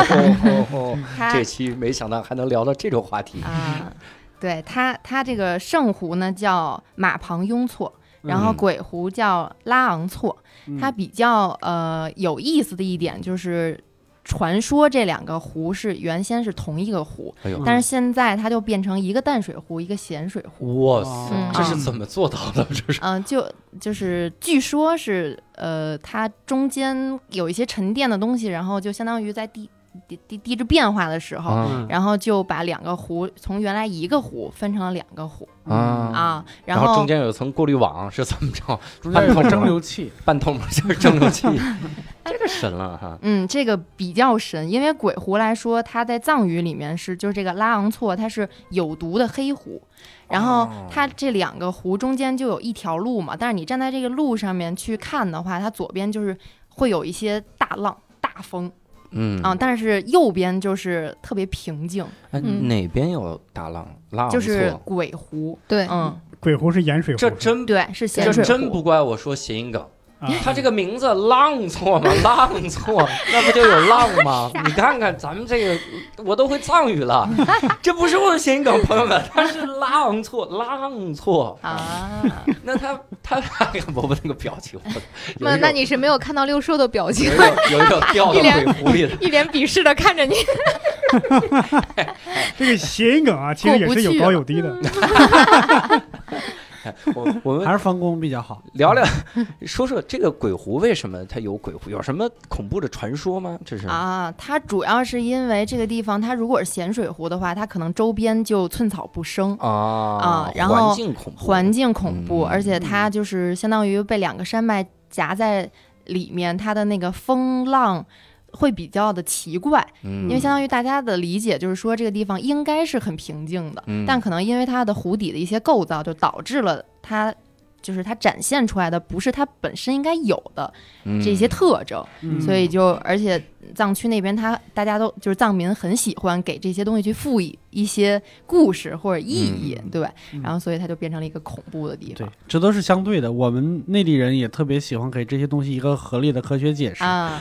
哦哦它 (laughs) 这期没想到还能聊到这种话题。啊，对它它这个圣湖呢叫马旁雍措。然后嗯鬼湖叫拉昂措，嗯它比较呃有意思的一点就是，传说这两个湖是原先是同一个湖，哎呦，但是现在它就变成一个淡水湖，一个咸水湖。哇嗯塞，这是怎么做到的？ (laughs) 这是嗯、就就是据说是呃，它中间有一些沉淀的东西，然后就相当于在地地地地质变化的时候。啊嗯然后就把两个湖从原来一个湖分成了两个湖、啊！啊，然后中间有层过滤网是怎么着？中间有个蒸馏器，半透明就是蒸馏器，这个神了哈！嗯，这个比较神，因为鬼狐来说，它在藏语里面是就是这个拉昂措，它是有毒的黑狐，然后哦它这两个湖中间就有一条路嘛，但是你站在这个路上面去看的话，它左边就是会有一些大浪。大风嗯啊，但是右边就是特别平静，哎嗯哪边有大浪？浪就是啊错鬼湖，对嗯，鬼湖是盐水湖，这真对，是咸这水湖，真不怪我说谐音梗。啊 (laughs) 他这个名字浪错 (laughs) 吗？浪错，那不就有浪吗？你看看咱们这个，我都会藏语 (laughs) 了，这不是我的谐音梗，朋友们，他是浪错，浪错。啊，那他他哎他那个伯伯那个表情，我有那一种那你是没有看到六兽的表情有一，种有一种掉到一脸鬼湖 (laughs) 里的，一脸鄙视的看着你。这个谐音梗啊，其实也是有高有低的。我我们还是方工比较好。聊聊，说说这个鬼湖为什么它有鬼湖？有什么恐怖的传说吗？这 (laughs) 是啊，它主要是因为这个地方，它如果是咸水湖的话，它可能周边就寸草不生，啊啊然后环境恐怖，环境恐怖，嗯而且它就是相当于被两个山脉夹在里面它的那个风浪会比较的奇怪，因因为相当于大家的理解就是说这个地方应该是很平静的，嗯但可能因为它的湖底的一些构造，就导致了它就是它展现出来的不是它本身应该有的这些特征，嗯所以就而且呃藏区那边它大家都就是藏民很喜欢给这些东西去赋予一些故事或者意义，嗯对吧？嗯然后所以它就变成了一个恐怖的地对方，这都是相对的。我们内地人也特别喜欢给这些东西一个合理的科学解释，啊。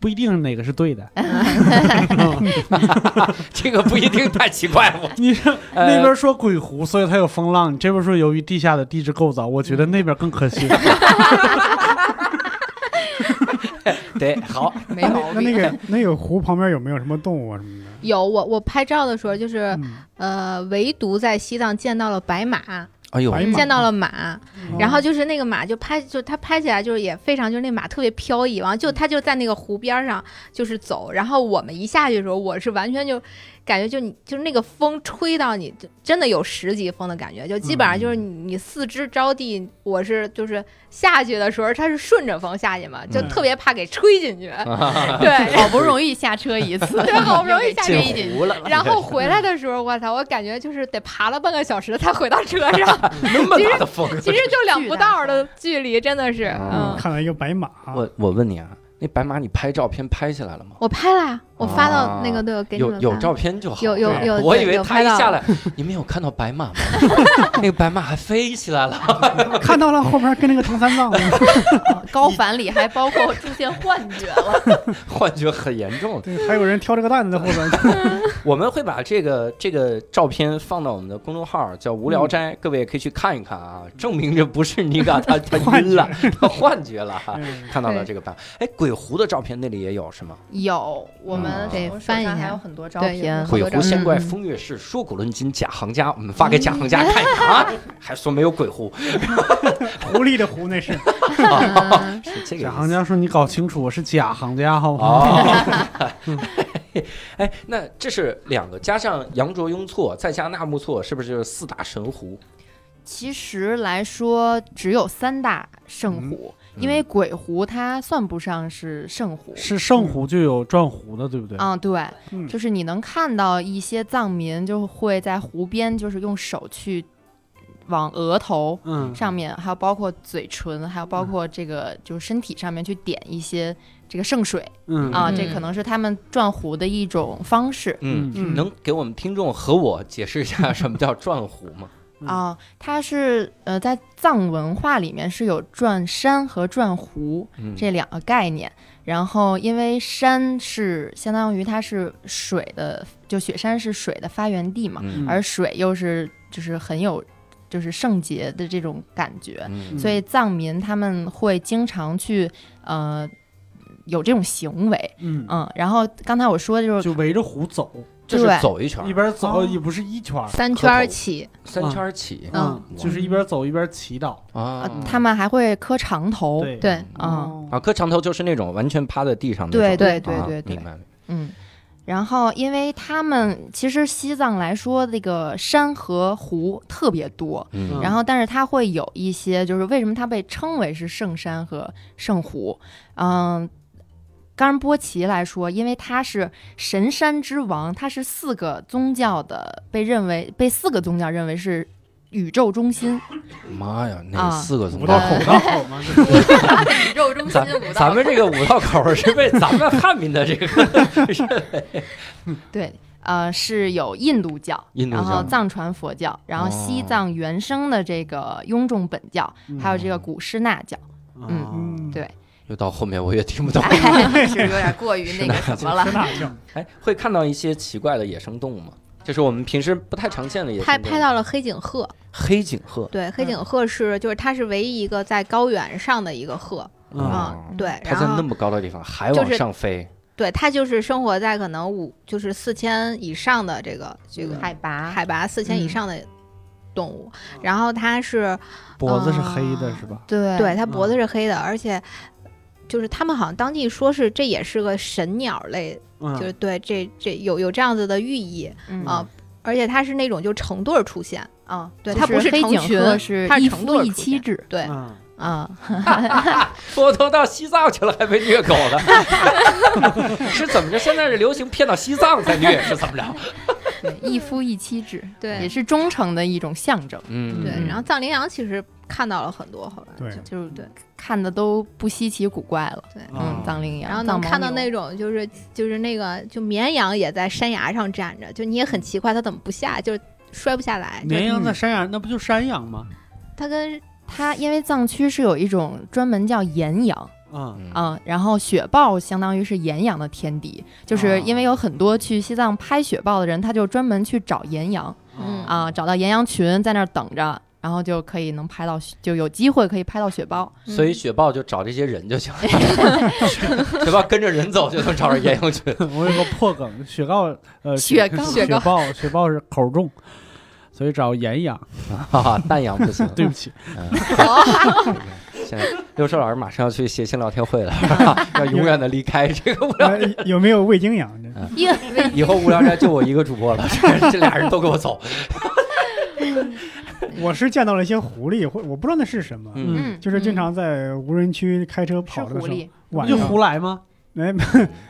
不一定哪个是对的。 (laughs) 嗯呃这个不一定太奇怪我。你说呃那边说鬼湖，所以它有风浪；你这边说由于地下的地质构造，我觉得那边更可信。对，好，没那毛那那病。个那个湖旁边有没有什么动物啊什么的？ (laughs) 有我我拍照的时候，就是嗯嗯呃，唯独在西藏见到了白马，哎呦白马嗯见到了马，然后就是那个马就拍，就它拍起来就是也非常，就是那马特别飘逸，完了就它就在那个湖边上就是走，然后我们一下去的时候，我是完全就感觉就你就是那个风吹到你，就真的有十级风的感觉，就基本上就是你你四肢着地，我是就是下去的时候它是顺着风下去嘛，就嗯特别怕给吹进去，对，好不容易下车一次，对好不容易下车这一一点湖了，(laughs) 然后回来的时候，我操，我感觉就是得爬了半个小时才回到车上， (laughs) 那么大的风，其实就两步道儿的距离，真的是，啊嗯，看到一个白马， (laughs) 我我问你啊，那白马你拍照片拍下来了吗？我拍了呀，我发到那个对，给你哦有们有发照片就好。有有对有，我对以为有他拍一到下来， (laughs) 你们有看到白马吗？ (laughs) 那个白马还飞起来了。看到了后边跟那个唐三 (laughs) 藏，高反里还包括出现幻 (laughs) 觉了。幻觉很严重。对，还有人挑着个担子在 (laughs) 后边。我们会把这个这个照片放到我们的公众号，叫“无嗯聊斋”，各位也可以去看一看啊，证明这不是妮 (laughs) 嘎，他他晕了，他幻觉了哈。嗯看到了这个版，哎，鬼湖的照片那里也有是吗？有，我嗯们得哦我手翻一上还下有很多照对有片很。多鬼湖仙怪嗯风月事，说古论今贾行家，我们发给贾行家看一看 (laughs) 啊，还说没有鬼湖，狐狸的狐那是，嗯是这个假意思行家说：“你搞清楚，我是假行家，好吗？” (laughs) 哦，哎，那这是两个，加上羊卓雍措，再加纳木错，是不是就是四大神湖？ (laughs) 其实来说，只有三大圣湖，嗯因为鬼湖它算不上是圣湖。是圣湖就有转湖的，对不对？嗯，对，嗯就是你能看到一些藏民就会在湖边，就是用手去往额头嗯，上面，还有包括嘴唇，还有包括这个就是身体上面去点一些这个圣水嗯啊，嗯这可能是他们转湖的一种方式。嗯，嗯能给我们听众和我解释一下什么叫转湖吗？嗯啊、它是呃，在藏文化里面是有转山和转湖嗯，这两个概念。然后，因为山是相当于它是水的，就雪山是水的发源地嘛，嗯而水又是就是很有就是圣洁的这种感觉，嗯所以藏民他们会经常去呃有这种行为，嗯，嗯。然后刚才我说的就是就围着湖走，就是对走一圈儿一，边走哦也不是一圈儿，三圈儿起，三圈儿起嗯嗯，就是一边走一边祈祷。啊呃，他们还会磕长头，对，对，嗯。啊，磕长头就是那种完全趴在地上那种，对对对啊对对明白了。嗯，然后因为他们其实西藏来说，那个山和湖特别多，嗯然后但是它会有一些，就是为什么它被称为是圣山和圣湖？嗯，冈仁波齐来说，因为它是神山之王，它是四个宗教的被认为被四个宗教认为是宇宙中心，妈呀，那啊四个怎么五道办口走到好吗？ (laughs) 宇宙 (laughs) 中咱咱们这个五道口是被咱们汉民的这 (laughs) 个对，呃，是有印度教，印度然后教藏传佛教，然后西哦藏原生的这个雍正本教，还有这个嗯古师那教，嗯，嗯，对越到后面我越听不懂。哎，是有点过于那个什么了是。那叫 (laughs) 哎，会看到一些奇怪的野生动物吗？就是我们平时不太常见的野生拍动物。拍到了黑颈鹤，黑颈鹤对，黑嗯颈鹤是就是它是唯一一个在高原上的一个鹤，嗯，啊对，它然在后那么高的地方还就往是上 (laughs) 飞，对，它就是生活在可能五就是四千以上的这个这个海拔，海拔四千嗯以哦上的动物，然后它是脖子是黑的，是吧？对对它脖子嗯是黑的，而且就是他们好像当地说是这也是个神鸟类，嗯，就是对这这有有这样子的寓意嗯啊，而且它是那种就成对儿出现，啊，对就它不是黑成颈群鹤是它是一成夫对儿一出妻现制，对，嗯啊， (laughs) 我都到西藏去了，还被虐狗了， (laughs) (laughs) 是怎么着？现在是流行骗到西藏才虐，是怎么着？对，一夫一妻 (laughs) 制，对也是忠诚的一种象征。嗯，对嗯，然后藏羚羊其实看到了很多，后来对就就是对看的都不稀奇古怪了。对。哦啊嗯，藏羚羊，然后藏能牦看到牛那种就是就是那个就绵羊也在山崖上站着，就你也很奇怪它怎么不下，就是摔不下来。就是绵羊在山羊，那不就山羊吗？它跟它，因为藏区是有一种专门叫岩羊啊，嗯，啊、然后雪豹相当于是岩羊的天敌，哦就是因为有很多去西藏拍雪豹的人，他就专门去找岩羊哦嗯啊、找到岩羊群在那儿等着，然后就可以能拍到，就有机会可以拍到雪豹。嗯所以雪豹就找这些人 (laughs) 就行了， (laughs) 雪豹跟着人走就能找着岩羊 (laughs) 群。我有个破梗，雪糕，呃，雪糕雪雪豹，雪豹是口重，所以找岩羊。哈哈，淡阳不行。对不起，嗯，现在六兽老师马上要去写信聊天会了，是 (laughs) 吧要永远的离开这 (laughs) 个无聊。哎有没有未经养的？因为以后无聊斋就我一个主播了，这这俩人都给我走。我是见到了一些狐狸，或我不知道那是什么，嗯，嗯，就是经嗯常在无人区开车吃跑的狐时候，狸，嗯不晚就上胡来吗？哎，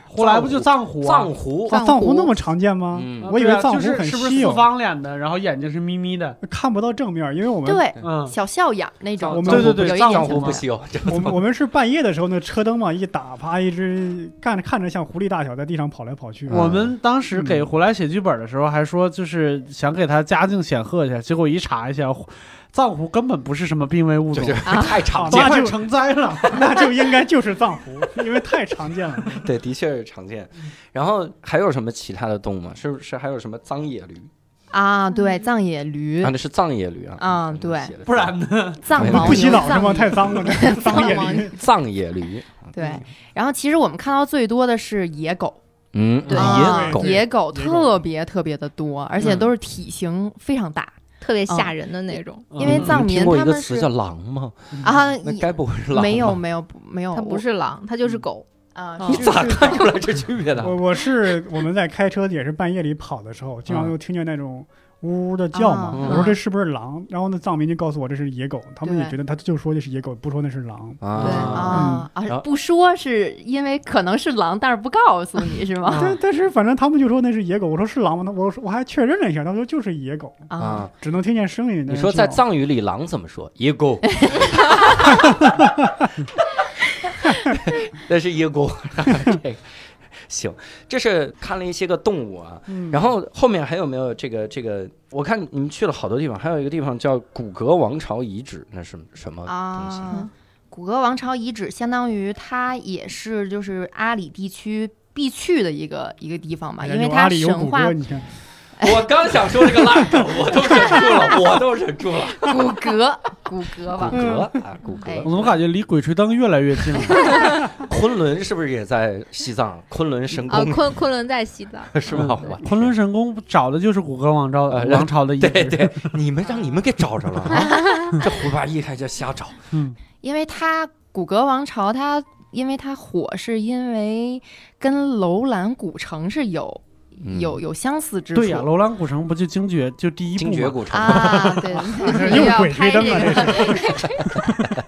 胡来不就藏狐啊？藏狐， (laughs) 藏藏藏狐狐那么常见吗？嗯我以为对啊藏就狐是很是不是稀有四方脸的，然后眼睛是眯眯的？看不到正面，因为我们对，嗯，小笑眼儿那种，哦我们对对有对有一藏点藏狐像不稀有，这我们我们是半夜的时候，那车灯嘛一打，啪一只看着看着像狐狸大小，在地上跑来跑去。嗯我们当时给胡来写剧本的时候，还说就是想给他家境显赫一下，结果一查一下，胡藏狐根本不是什么濒危物这种就，是啊太常见那了。就成灾了。 (laughs) 那就应该就是藏狐，因为太常见了。对，的确是常见。嗯然后还有什么其他的动物吗？是不是还有什么藏野驴？啊，嗯对，藏野驴啊，，那是藏野驴啊。啊嗯对，写的不然呢？藏 (laughs) 没有牦牛，不洗澡是藏吗？野太 (laughs) 脏了， (laughs) 藏野牦驴牛。藏野驴，对，然后其实我们看到最多的是野狗，嗯，对啊野狗，嗯野狗野狗特别特别的多，而且都是体型非常大，特别吓人的那种，因为嗯藏民听过一他个们词是叫狼吗？啊，嗯那也该不会是狼吧？没有没有没有，它不是狼，它就是狗。啊，你是咋是看出来这区别的？我我是我们在开车也是半夜里跑的时候，经常就听见那种呜呜的叫嘛。啊我说这是不是狼？然后那藏民就告诉我这是野狗，他们也对觉得他就说这是野狗，不说那是狼。啊，对啊然啊后，不说是因为可能是狼，但是不告诉你是嗯吗？但但是反正他们就说那是野狗，我说是狼吗？那我说我还确认了一下，他说就是野狗，嗯啊，只能听见声音。你说在藏。藏语里狼怎么说？野 (laughs) 狗。那是野狗，这个行，这是看了一些个动物啊，嗯然后后面还有没有这个这个？我看你们去了好多地方，还有一个地方叫古格王朝遗址，那是什么东西？啊，古格王朝遗址相当于它也是就是阿里地区必去的一个一个地方啊嘛，因哎为有阿它里有神谷话歌，你看我刚想说这个烂梗，我都忍住了，我都忍住了。骨骼骨骼古吧，格啊，古哎格我，怎么感觉离《鬼吹灯》越来越近了？昆仑是不是也在西藏？昆仑嗯神啊，宫昆昆仑在西藏，是吧？对我昆仑神宫找的就是古格王朝呃王朝的遗址。对对， (laughs) 你们让你们给找着了啊！ (laughs) 这胡八一还在瞎找。嗯，因为它古格王朝它因为它火是因为跟楼兰古城是有嗯有有相似之处， (laughs) 对呀，楼兰古城不就精绝就第一部精绝吗？古城，啊，对， (laughs) (laughs) 又要鬼拍吹灯了啊这个。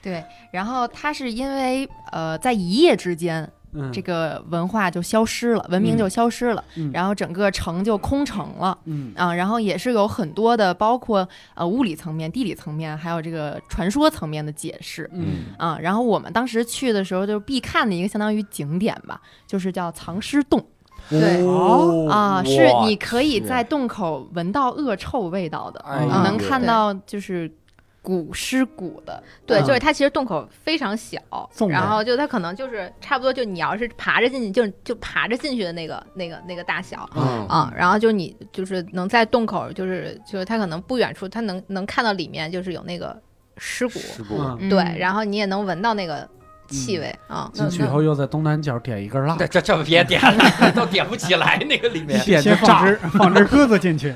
对，然后它是因为呃，在一夜之间，嗯，这个文化就消失了，文明就消失了，嗯然后整个城就空城了嗯啊。然后也是有很多的，包括呃物理层面、地理层面，还有这个传说层面的解释嗯啊。然后我们当时去的时候，就是必看的一个相当于景点吧，就是叫藏尸洞。对哦啊，是我你可以去在洞口闻到恶臭味道的，哎你呀能对看到就是古尸骨的，对，嗯就是它其实洞口非常小，纵然的后就它可能就是差不多，就你要是爬着进去，就就爬着进去的那个那个那个大小。嗯啊，然后就你就是能在洞口，就是就是它可能不远处，它能能看到里面就是有那个尸骨，是不？嗯，嗯对，然后你也能闻到那个气味啊。进去以后又在东南角点一根 (laughs) 蜡这，这这别点了， (laughs) 都点不起来那个里面一点就先放炸。只放只鸽子进去，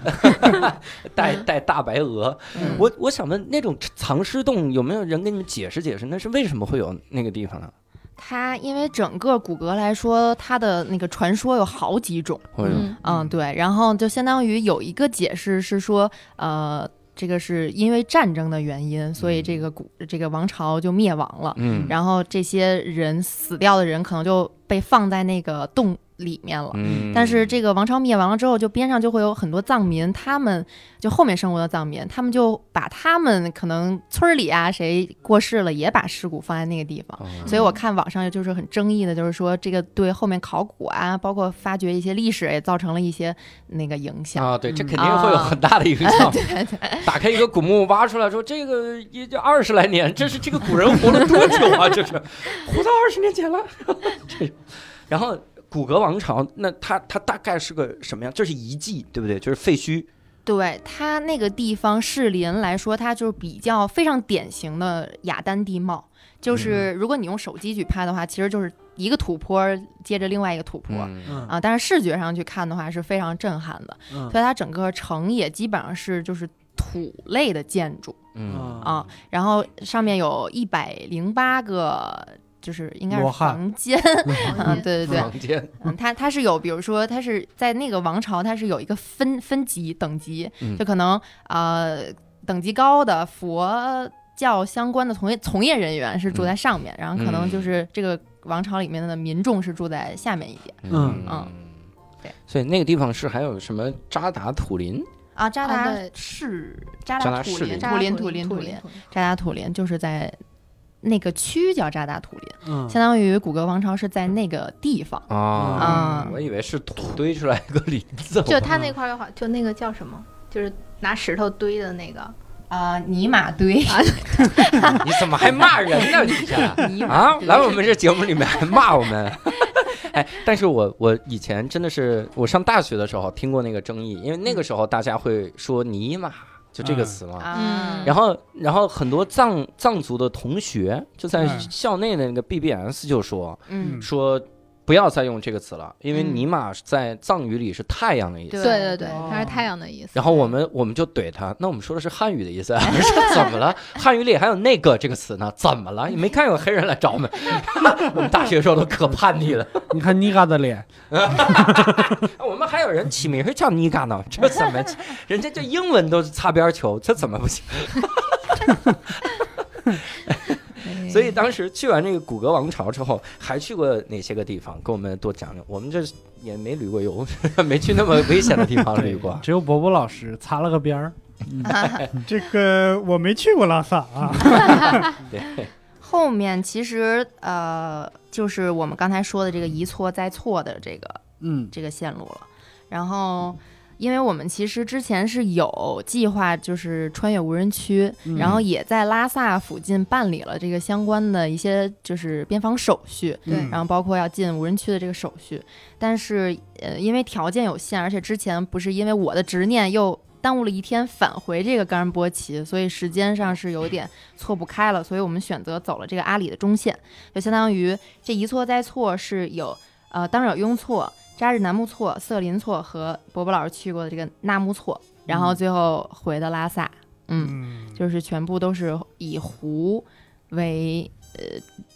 带带大白鹅。嗯我我想问，那种藏尸洞有没有人给你们解释解释，那是为什么会有那个地方啊呢？它因为整个骨骼来说，它的那个传说有好几种，或者嗯嗯，对，然后就相当于有一个解释是说，呃，这个是因为战争的原因，所以这个古这个王朝就灭亡了。嗯然后这些人死掉的人可能就被放在那个洞里面了。嗯但是这个王朝灭亡了之后，就边上就会有很多藏民，他们就后面生活的藏民，他们就把他们可能村儿里啊谁过世了，也把尸骨放在那个地方。哦所以嗯我看网上就是很争议的，就是说这个对后面考古啊，包括发掘一些历史也造成了一些那个影响。啊，对，这嗯肯定会有啊很大的影响。对对 (laughs) 打开一个古墓，挖出来说这个也就二十来年，这是这个古人活了多久啊？这是活到二十年前了。 (laughs) 这种然后古格王朝，那它它大概是个什么样？这是遗迹，对不对？就是废墟。对，它那个地方士林来说，它就是比较非常典型的雅丹地貌，嗯就是如果你用手机去拍的话，其实就是一个土坡接着另外一个土坡。嗯嗯啊，但是视觉上去看的话是非常震撼的，嗯所以它整个城也基本上是就是土类的建筑，嗯啊，然后上面有一百零八个，就是应该是罗汉房间，嗯，对对对，房间。嗯，它它是有，比如说它是在那个王朝，它是有一个分分级等级嗯，就可能呃等级高的佛教相关的从业从业人员是嗯住在上面，然后可能就是这个王朝里面的民众是住在下面一点嗯嗯对。所以那个地方是还有什么扎达土林？啊。扎啊达对是扎扎达达土士林林，扎土嗯林土林土林，扎达土林就是在那个区叫扎达土林，嗯相当于古格王朝是在那个地方。啊，啊我以为是土堆出来一个林子。就他那嗯块儿有好，就那个叫什么，就是拿石头堆的那个，啊，尼玛堆，你怎么还骂人呢？你这。 (laughs) 尼玛啊，堆来我们这节目里面还骂我 (laughs) 们。哎，但是我我以前真的是，我上大学的时候听过那个争议，因为那个时候大家会说“尼玛”就这个词嘛。啊，然后，然后很多藏藏族的同学就在嗯校内的那个 BBS 就说、嗯说不要再用这个词了，因为“嗯尼玛”在藏语里是太阳的意思。对对对哦，它是太阳的意思。然后我们我们就怼他，那我们说的是汉语的 (laughs) 意思，是怎么了？汉语里还有那个这个词呢？怎么了？你没看有黑人来找我们？ (laughs) 我们大学时候都可叛逆了。 (laughs) 你看妮嘎的脸，我们还有人起名叫尼嘎呢，这怎么？人家这英文都是擦边球，这怎么不行？哎所以当时去完那个古格王朝之后，还去过哪些个地方？给我们多讲讲。我们这也没旅过游， (laughs) 没去那么危险的地方旅 (laughs) 过。只有伯伯老师擦了个边儿。嗯这个我没去过拉萨啊，后面其实呃，就是我们刚才说的这个一错再错的这个嗯这个线路了。然后，因为我们其实之前是有计划，就是穿越无人区，嗯然后也在拉萨附近办理了这个相关的一些就是边防手续，对嗯然后包括要进无人区的这个手续。但是呃，因为条件有限，而且之前不是因为我的执念又。耽误了一天返回这个冈仁波齐，所以时间上是有点错不开了，所以我们选择走了这个阿里的中线，就相当于这一错再错是有呃当惹雍错、扎日南木错、色林错和伯伯老师去过的这个纳木错，然后最后回的拉萨，嗯嗯，就是全部都是以湖为呃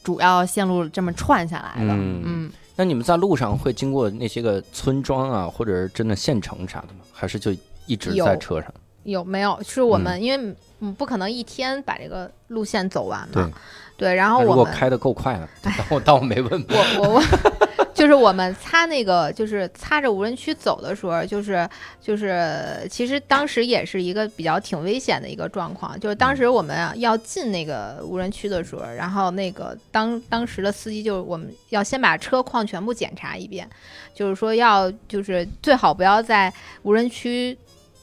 主要线路这么串下来的。嗯嗯，那你们在路上会经过那些个村庄啊，或者是真的县城啥的吗？还是就一直在有车上？有没有？是我们因为嗯不可能一天把这个路线走完对嘛。对，然后那如我果们哎开的够快 (laughs) 呢？ (laughs) 当我当我没问吧。我我我， (laughs) 就是我们擦那个，就是擦着无人区走的时候，就是就是，其实当时也是一个比较挺危险的一个状况，就是当时我们啊要进那个无人区的时候，然后那个当当时的司机就是我们要先把车况全部检查一遍，就是说要就是最好不要在无人区。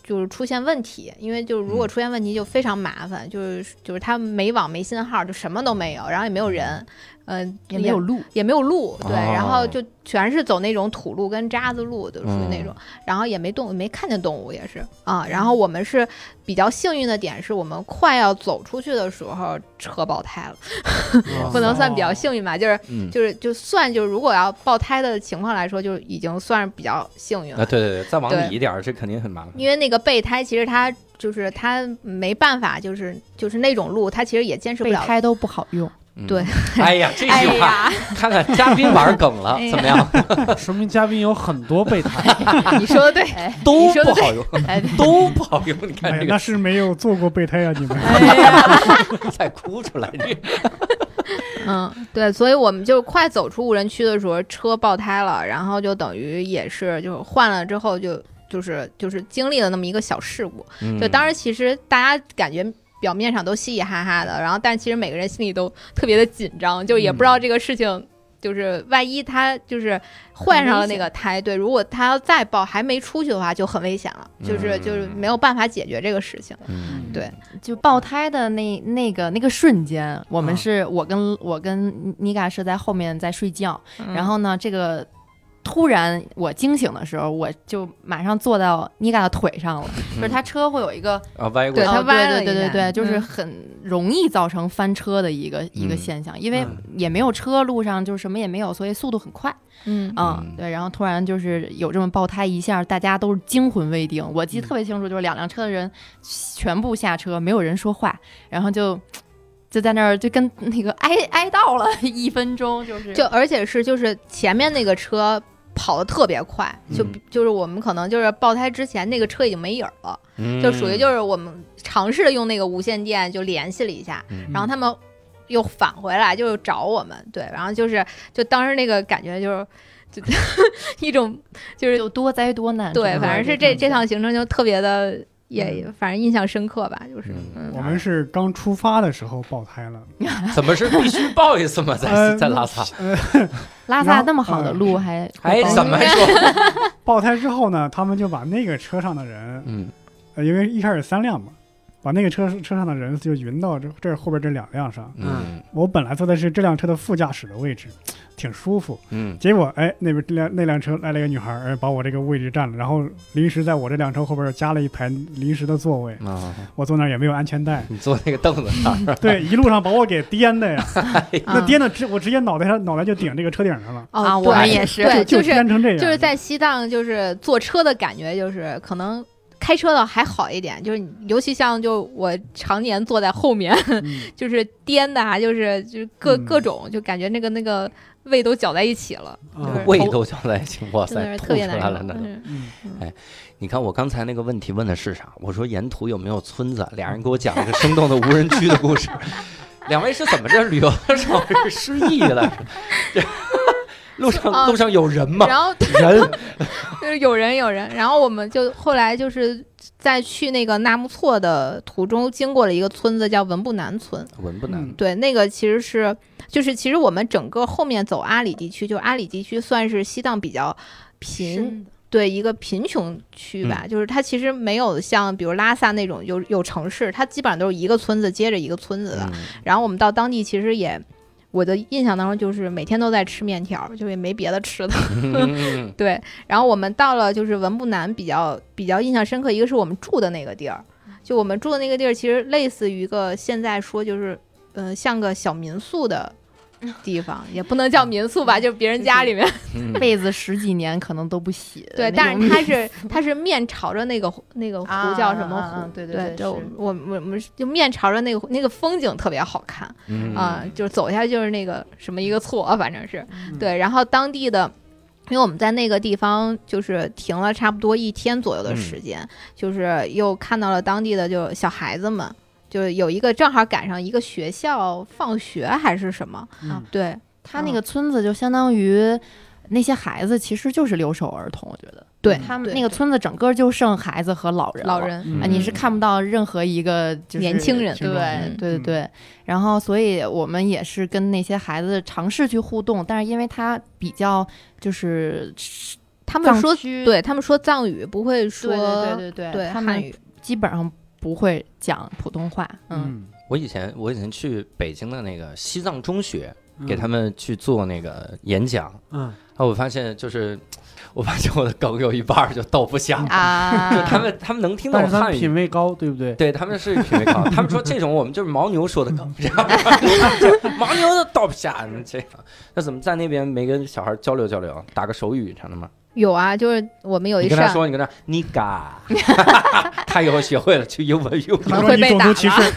就是出现问题，因为就是如嗯果出现问题就非常麻烦，就是就是它没网没信号，就什么都没有，然后也没有人，嗯、也没有路。也没有路，对，哦然后就全是走那种土路跟渣子路，就属于那种，嗯然后也没动，没看见动物也是啊。然后我们是比较幸运的点是，我们快要走出去的时候车爆胎了， (laughs) 不能算比较幸运吧，就是嗯，就是就算就是如果要爆胎的情况来说，就已经算是比较幸运啊，了，对对对，再往对里一点儿，这肯定很麻烦。因为那个备胎其实它。就是它没办法，就是就是那种路，它其实也坚持不备了胎都不好用，嗯对， (laughs) 哎呀，这哎句话呀，看看嘉宾玩梗了哎，呀怎么样？ (laughs) 说明嘉宾有很多备胎。你说的对，都 (laughs) 你说的不好用，哎，对都不好用。你看哎呀这，那个是没有做过备胎啊，你们。 (laughs) 再哭出 (laughs) 来，这嗯，对，所以我们就快走出无人区的时候，车爆胎了，然后就等于也是就是换了之后就就是就是经历了那么一个小事故。嗯就当时其实大家感觉表面上都嘻嘻哈哈的，然后但其实每个人心里都特别的紧张，就也不知道这个事情。就是万一他就是换上了那个胎，对，如果他要再爆还没出去的话，就很危险了，就是就是没有办法解决这个事情。嗯对，就爆胎的那那个那个瞬间，我们啊是、我跟我跟妮嘎是在后面在睡觉，然后呢，这个突然我惊醒的时候，我就马上坐到妮嘎的腿上了，就是他车会有一个，啊歪过去对它哦歪了一对对对对，下就是嗯很容易造成翻车的一个一个嗯现象，因为嗯也没有车，路上就是什么也没有，所以速度很快。嗯嗯嗯，对，然后突然就是有这么爆胎一下，大家都是惊魂未定。我记得特别清楚，就是两辆车的人全部下车，没有人说话，然后就就在那儿就跟那个哀哀悼了 (laughs) 一分钟，就是就而且是就是前面那个车跑得特别快，就嗯就是我们可能就是爆胎之前那个车已经没影儿了，嗯就属于就是我们尝试着用那个无线电就联系了一下，嗯然后他们又返回来就找我们，对，然后就是就当时那个感觉就是就 (laughs) 一种就是就多灾多难。对，整个反正是这这趟行程就特别的也嗯反正印象深刻吧，就是嗯我们是刚出发的时候爆胎了，怎么是必须报一次吗？在呃在拉萨，拉然萨后那么好的路还哎，怎么还 (laughs) 说？爆胎之后呢，他们就把那个车上的人，嗯呃，因为一开始三辆嘛，把那个车车上的人就匀到这这后边这两辆上。嗯我本来坐的是这辆车的副驾驶的位置，挺舒服。嗯，结果哎，那边这辆那辆车来了一个女孩，哎，把我这个位置占了，然后临时在我这辆车后边加了一排临时的座位，啊，，我坐那儿也没有安全带你坐那个凳子上 (laughs) 是吧？对，一路上把我给颠的呀，那嗯颠的直我直接脑袋上脑袋就顶这个车顶上了，啊，哦，我们对也是。对，就就是颠成这样，就是在西藏，就是坐车的感觉，就是可能开车的还好一点，就是你尤其像就我常年坐在后面，嗯就是颠的啊，就是就是各、嗯各种，就感觉那个那个胃都搅在一起了，啊胃都搅在一起，哇真的塞，是吐特出别来难了受。那都。嗯嗯你看我刚才那个问题问的是啥？我说沿途有没有村子？俩人给我讲了个生动的无人区的故事。 (laughs) 两位是怎么着旅游的时候是失忆了？是 (laughs) 这路上啊路上有人 (laughs) 吗？然后人就是 (laughs) 有人有人，然后我们就后来就是在去那个纳木错的途中，经过了一个村子叫文布南村。闻不难。对，那个其实是就是其实我们整个后面走阿里地区，就阿里地区算是西藏比较贫，深对一个贫穷区嗯吧，就是它其实没有像比如拉萨那种有有城市，它基本上都是一个村子接着一个村子的。然后我们到当地其实也。我的印象当中就是每天都在吃面条，就也没别的吃的。 (laughs) 嗯，对，然后我们到了就是文布南比较比较印象深刻，一个是我们住的那个地儿，就我们住的那个地儿其实类似于一个现在说就是嗯、呃像个小民宿的地方，也不能叫民宿吧，就是别人家里面。嗯被子十几年可能都不洗的那对，种。但是它是它是面朝着那个湖那个湖啊叫什么啊啊湖？对对对对就是嗯我们我们是就面朝着那个湖那个风景特别好看嗯啊、就是走下去就是那个什么一个错，反正是嗯对。然后当地的，因为我们在那个地方就是停了差不多一天左右的嗯时间，就是又看到了当地的就小孩子们。就是有一个正好赶上一个学校放学还是什么，嗯对，他那个村子就相当于那些孩子其实就是留守儿童，我觉得对他们对那个村子整个就剩孩子和老人了老人，嗯啊，你是看不到任何一个就是年轻人对嗯对对对。然后，所以我们也是跟那些孩子尝试去互动，但是因为他比较就是他们说藏，区对他们说藏语，不会说对对对对对他汉们语，基本上不会讲普通话，嗯，嗯，我以前我以前去北京的那个西藏中学，嗯给他们去做那个演讲，嗯然后我发现就是，我发现我的梗有一半儿就逗不响，啊，就他们他们能听但懂是他汉们品语。味高，对不对？对他们是品味高，他们说这种我们就是牦牛说的梗， (laughs) 这样牦牛都逗不下，这样那怎么在那边没跟小孩交流交流，打个手语啥的吗？有啊，就是我们有你一跟他扇，说，你跟他你嘎， (laughs) 他以后学会了去英文用。他能说会你被种打族歧视，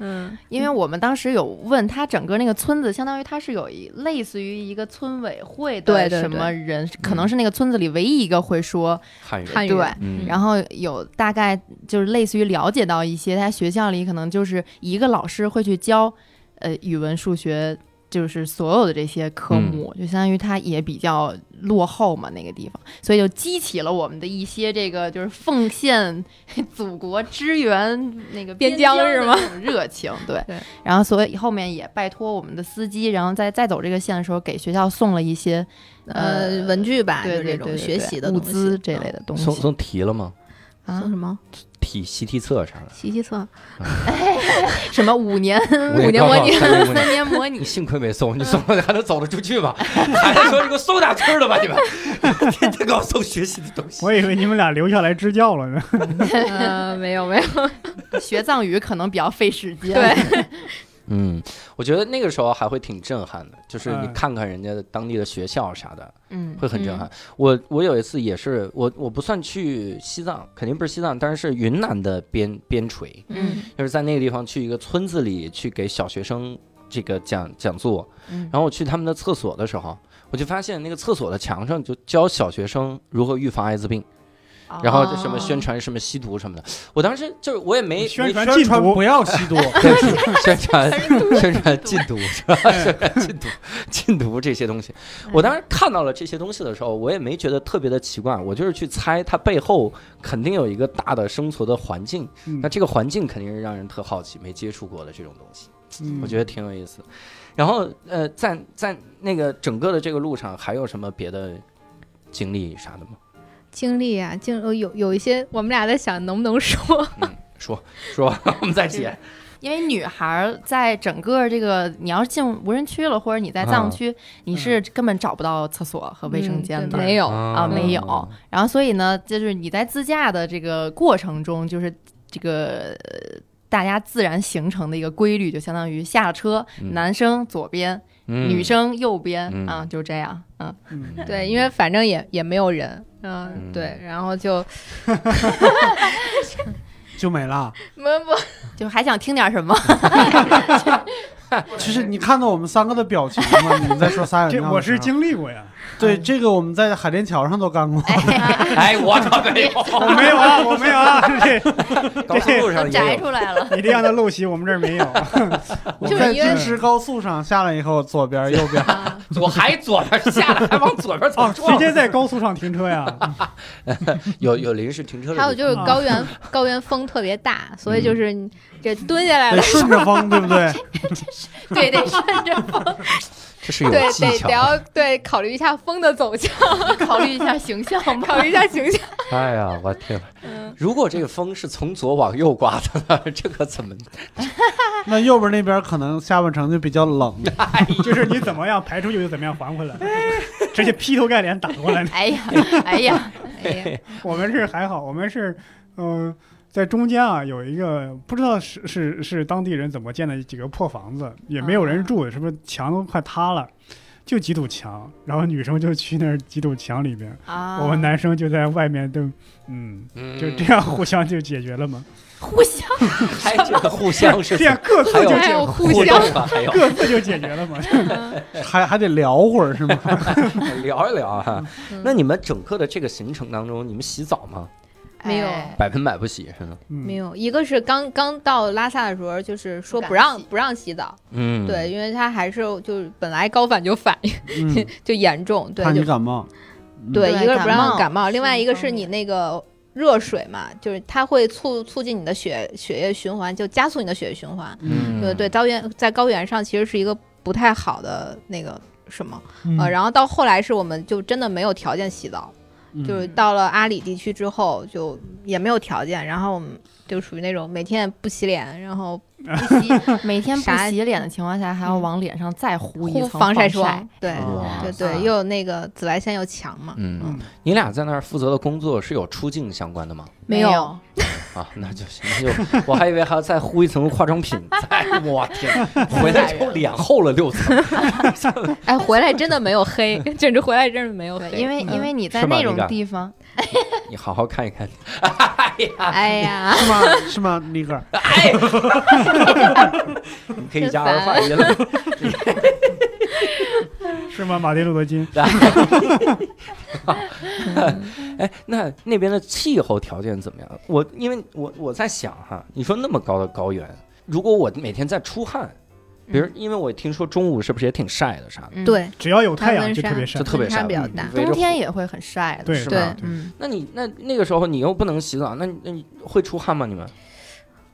嗯因为我们当时有问他整个那个村子，相当于他是有一类似于一个村委会的对对嗯什么人，可能是那个村子里唯一一个会说，汉语，汉语对，嗯， (laughs) 然后有大概就是类似于了解到一些，他学校里可能就是一个老师会去教，呃，语文、数学，就是所有的这些科嗯目，就相当于他也比较落后嘛那个地方，所以就激起了我们的一些这个就是奉献 (laughs) 祖国支援那个边疆疆的是吗那种热情，对。 (laughs) 对然后所以后面也拜托我们的司机，然后在再走这个线的时候，给学校送了一些呃文具吧，对就对这对对种学对习的物东西嗯资这类的东西送送题了吗？啊送什么题习题册啥的，习题册？什么五年五年高考三年模拟三年模拟你，幸亏没送，你送了还能走得出去吗？ (laughs) 还能说你给我送哪村儿的吧？你们 (laughs) 天天给我送学习的东西。我以为你们俩留下来支教了呢。 (laughs) 呃，没有没有， (laughs) 学藏语可能比较费时间。对，嗯，我觉得那个时候还会挺震撼的，就是你嗯看看人家的当地的学校啥的， (laughs) 嗯，会很震撼。我我有一次也是，我我不算去西藏，肯定不是西藏，但是是云南的边边陲，嗯就是在那个地方去一个村子里去给小学生这个讲讲座，嗯然后我去他们的厕所的时候，我就发现那个厕所的墙上就教小学生如何预防艾滋病，然后就什哦么宣传什么吸毒什么的。我当时就是我也没宣传没禁传毒不要吸毒， (laughs) 对 (laughs) 宣传宣传禁毒是吧？嗯宣传禁毒禁毒这些东西，我当时看到了这些东西的时候，我也没觉得特别的奇怪，我就是去猜它背后肯定有一个大的生存的环境，嗯那这个环境肯定是让人特好奇，没接触过的这种东西。嗯我觉得挺有意思的。然后呃，在在那个整个的这个路上，还有什么别的经历啥的吗？经历啊，经呃有有一些，我们俩在想能不能说，嗯，说说，我们再解。因为女孩儿在整个这个，你要是进无人区了，或者你在藏啊区，你是根本找不到厕所和卫生间嗯的。对没有啊没有然后所以呢，就是你在自驾的这个过程中，就是这个。呃大家自然形成的一个规律，就相当于下了车，嗯男生左边，嗯女生右边、嗯啊，就这样，嗯，嗯 (laughs) 对，因为反正也也没有人，嗯，嗯对，然后就就没了。闷不就还想听 (laughs) 点什么，其实你看到我们三个的表情吗？你们在说 (laughs) 撒这尿的时候？我是经历 (laughs) 过呀，对这个我们在海淀桥上都干过。 (laughs) 哎，我可 (laughs) 没我有，没有啊，我没有啊，这 (laughs) 高速路 (laughs) 上也摘有。出来了。你这样的陋习我们这 (laughs) 儿没有。我就是在因为。京石高速上下来以后，左边右边啊，左还左边下来，还往左边走哦，撞直。接在高速上停车呀。有有临时停车的地方，还有就是高原高原风特别大，所以就是你这蹲下来得 (laughs) 了，顺着风，对不对？对，得顺着风，这是对有，技得巧得。要对考虑一下风的走 (laughs) 向，考虑一下形象吧。 (laughs) 考虑一下形象，哎呀，我天！嗯，如果这个风是从左往右刮的呢，这可怎么？那右边那边可能下半程就比较冷。就是你怎么样排出去就怎么样还回 (laughs) 来，直接劈头盖脸打过来。 (laughs) 哎呀，哎呀，哎呀，我们是还好，我们是，嗯、在中间啊有一个不知道是是是当地人怎么建的几个破房子，也没有人住，是不是墙都快塌了，就几堵墙，然后女生就去那儿几堵墙里边，啊我们男生就在外面都，嗯，嗯就这样互相就解决了嘛，互相还这个互相是这 (laughs) 样各自就还有解互互相，动吧？还有各自就解决了嘛。嗯还还得聊会儿是吗？ (laughs) 聊一聊哈、嗯那你们整个的这个行程当中，你们洗澡吗？没有哎百分百不洗是吗？嗯没有，一个是刚刚到拉萨的时候，就是说不让不让洗澡，嗯，对，，因为他还是就是本来高反就反 (laughs) 应嗯，就严重，对，怕就你感冒。嗯对，对一个是感不让冒感冒，另是外一一个方是你那个热水嘛，就是它会促促进你的血血液循环，就加速你的血液循环。嗯，对对，，高原在高原上其实是一个不太好的那个什么嗯呃，然后到后来是我们就真的没有条件洗澡，就是嗯到了阿里地区之后就也没有条件，然后我们就属于那种每天也不洗脸，然后不洗，每天不啥洗脸的情况下，还要往脸上再糊一敷层啊 (laughs) 防晒哦霜，对哦哇对塞对，又有那个紫外线又强嘛，嗯嗯，你俩在那儿负责的工作是有出境相关的吗？没没有， (laughs) 啊，那就行，那就我还以为还要再糊一层化妆品，再 (laughs) 我天，回来就脸厚了六层，哎，回来真的没有黑，简直回来真是没有黑嗯对，，因为因为你在是吧那那个种地方，你好好看一看。哎呀，是吗？是吗，尼克？哎，你可以加儿化音了。是吗？马丁路德金， (laughs) 哎，那那边的气候条件怎么样？我因为我我在想哈，你说那么高的高原，如果我每天在出汗，比如嗯因为我听说中午是不是也挺晒的啥的，嗯，对，只要有太它阳温就特别就晒。特别晒温差比较大围着火啊冬天也会很晒的，对是对吧？嗯，那你那那个时候你又不能洗澡，那你那你会出汗吗？你们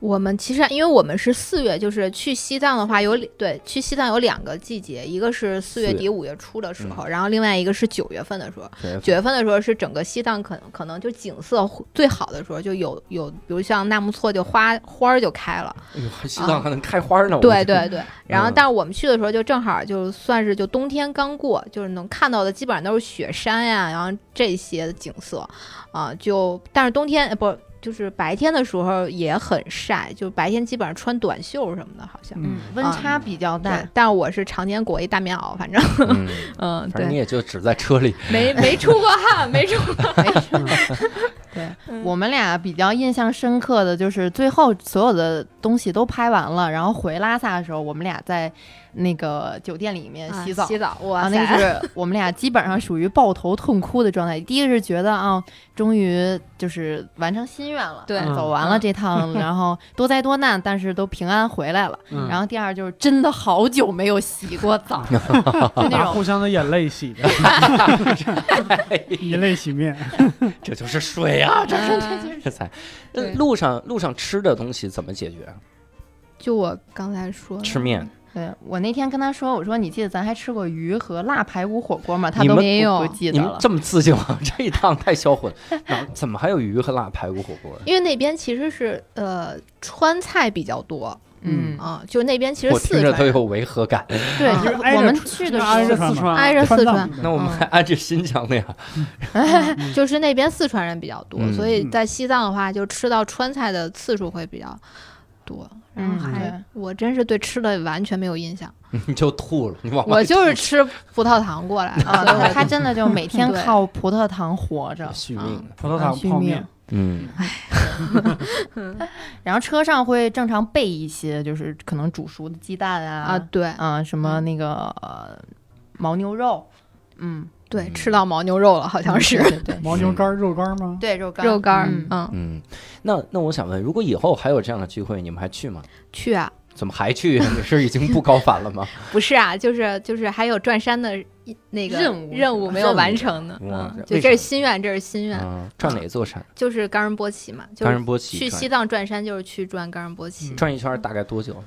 我们其实因为我们是四月，就是去西藏的话有两对去西藏有两个季节，一个是四月嗯四月底五月初的时候，然后另外一个是九月份的时候。觉得九月份的时候是整个西藏可可能就景色最好的时候，就有有，比如像纳木错就花花儿就开了，哎呦，西藏还能开花呢？我对觉得嗯对对。然后，但是我们去的时候就正好就算是就冬天刚过，就是能看到的基本上都是雪山呀、然后这些的景色啊、就但是冬天呃不就是白天的时候也很晒，就白天基本上穿短袖什么的，好像。嗯，温差比较大对，，但我是常年裹一大棉袄，反正， (laughs) 嗯，嗯，反正你对，也就只在车里，没没出过汗，没出过汗， (laughs) (laughs) 嗯我们俩比较印象深刻的就是最后所有的东西都拍完了，然后回拉萨的时候，我们俩在那个酒店里面洗澡，洗澡，啊哇，那塞，个是我们俩基本上属于抱头痛哭的状态。第一个是觉得啊，终于就是完成心愿了，对啊走完了这 (laughs) 趟，然后多灾多难，但是都平安回来了。嗯然后第二就是真的好久没有洗过澡，就那拿 (laughs) 互种相的眼泪洗的，以泪洗面，这就是水啊，这嗯啊 (laughs) 这才。那对嗯路上路上吃的东西怎么解决？就我刚才说的吃面，对我那天跟他说，我说你记得咱还吃过鱼和腊排骨火锅吗？他你都们没不有不记你得们了。这么自信吗？这一趟太销魂。然后怎么还有鱼和腊排骨火锅？因为那边其实是呃川菜比较多嗯，啊、就那边其实我四听着川都人有违和感。对，啊就是挨我着我们川去的时挨 (laughs) 着候，四川挨着四川川，藏那我们嗯还按着新疆那样，就是那边四川人比较多，嗯所以在西藏的话，就吃到川菜的次数会比较多。然后还、嗯我真是对吃的完全没有印象，你就吐了。你往我外就是吃葡萄糖过来的，啊，所以我他他真的就每天 (laughs) 对靠葡萄糖活嗯着。续命。葡萄啊糖泡面，嗯，然后车上会正常备一些，就是可能煮熟的鸡蛋啊，嗯啊，对啊、什么那个、呃、牦牛肉，嗯，对，嗯吃到牦牛肉了，好像是对对 (laughs) 对牦牛肝儿、肉干儿吗？ (laughs) 对肉干肉干儿，嗯嗯，嗯，那那我想问，如果以后还有这样的聚会，你们还去吗？去啊，怎么还去？你是已经不高反了吗？不是啊，就是就是还有转山的一那个任务是吧任务没有完成呢，任务哇嗯，为什就这么是心愿，这 (laughs) 是心愿，嗯，转哪座山？就是冈仁波齐嘛，就冈是仁波齐嗯去转西嗯藏转山就是去转冈仁波齐，转一圈大概多久？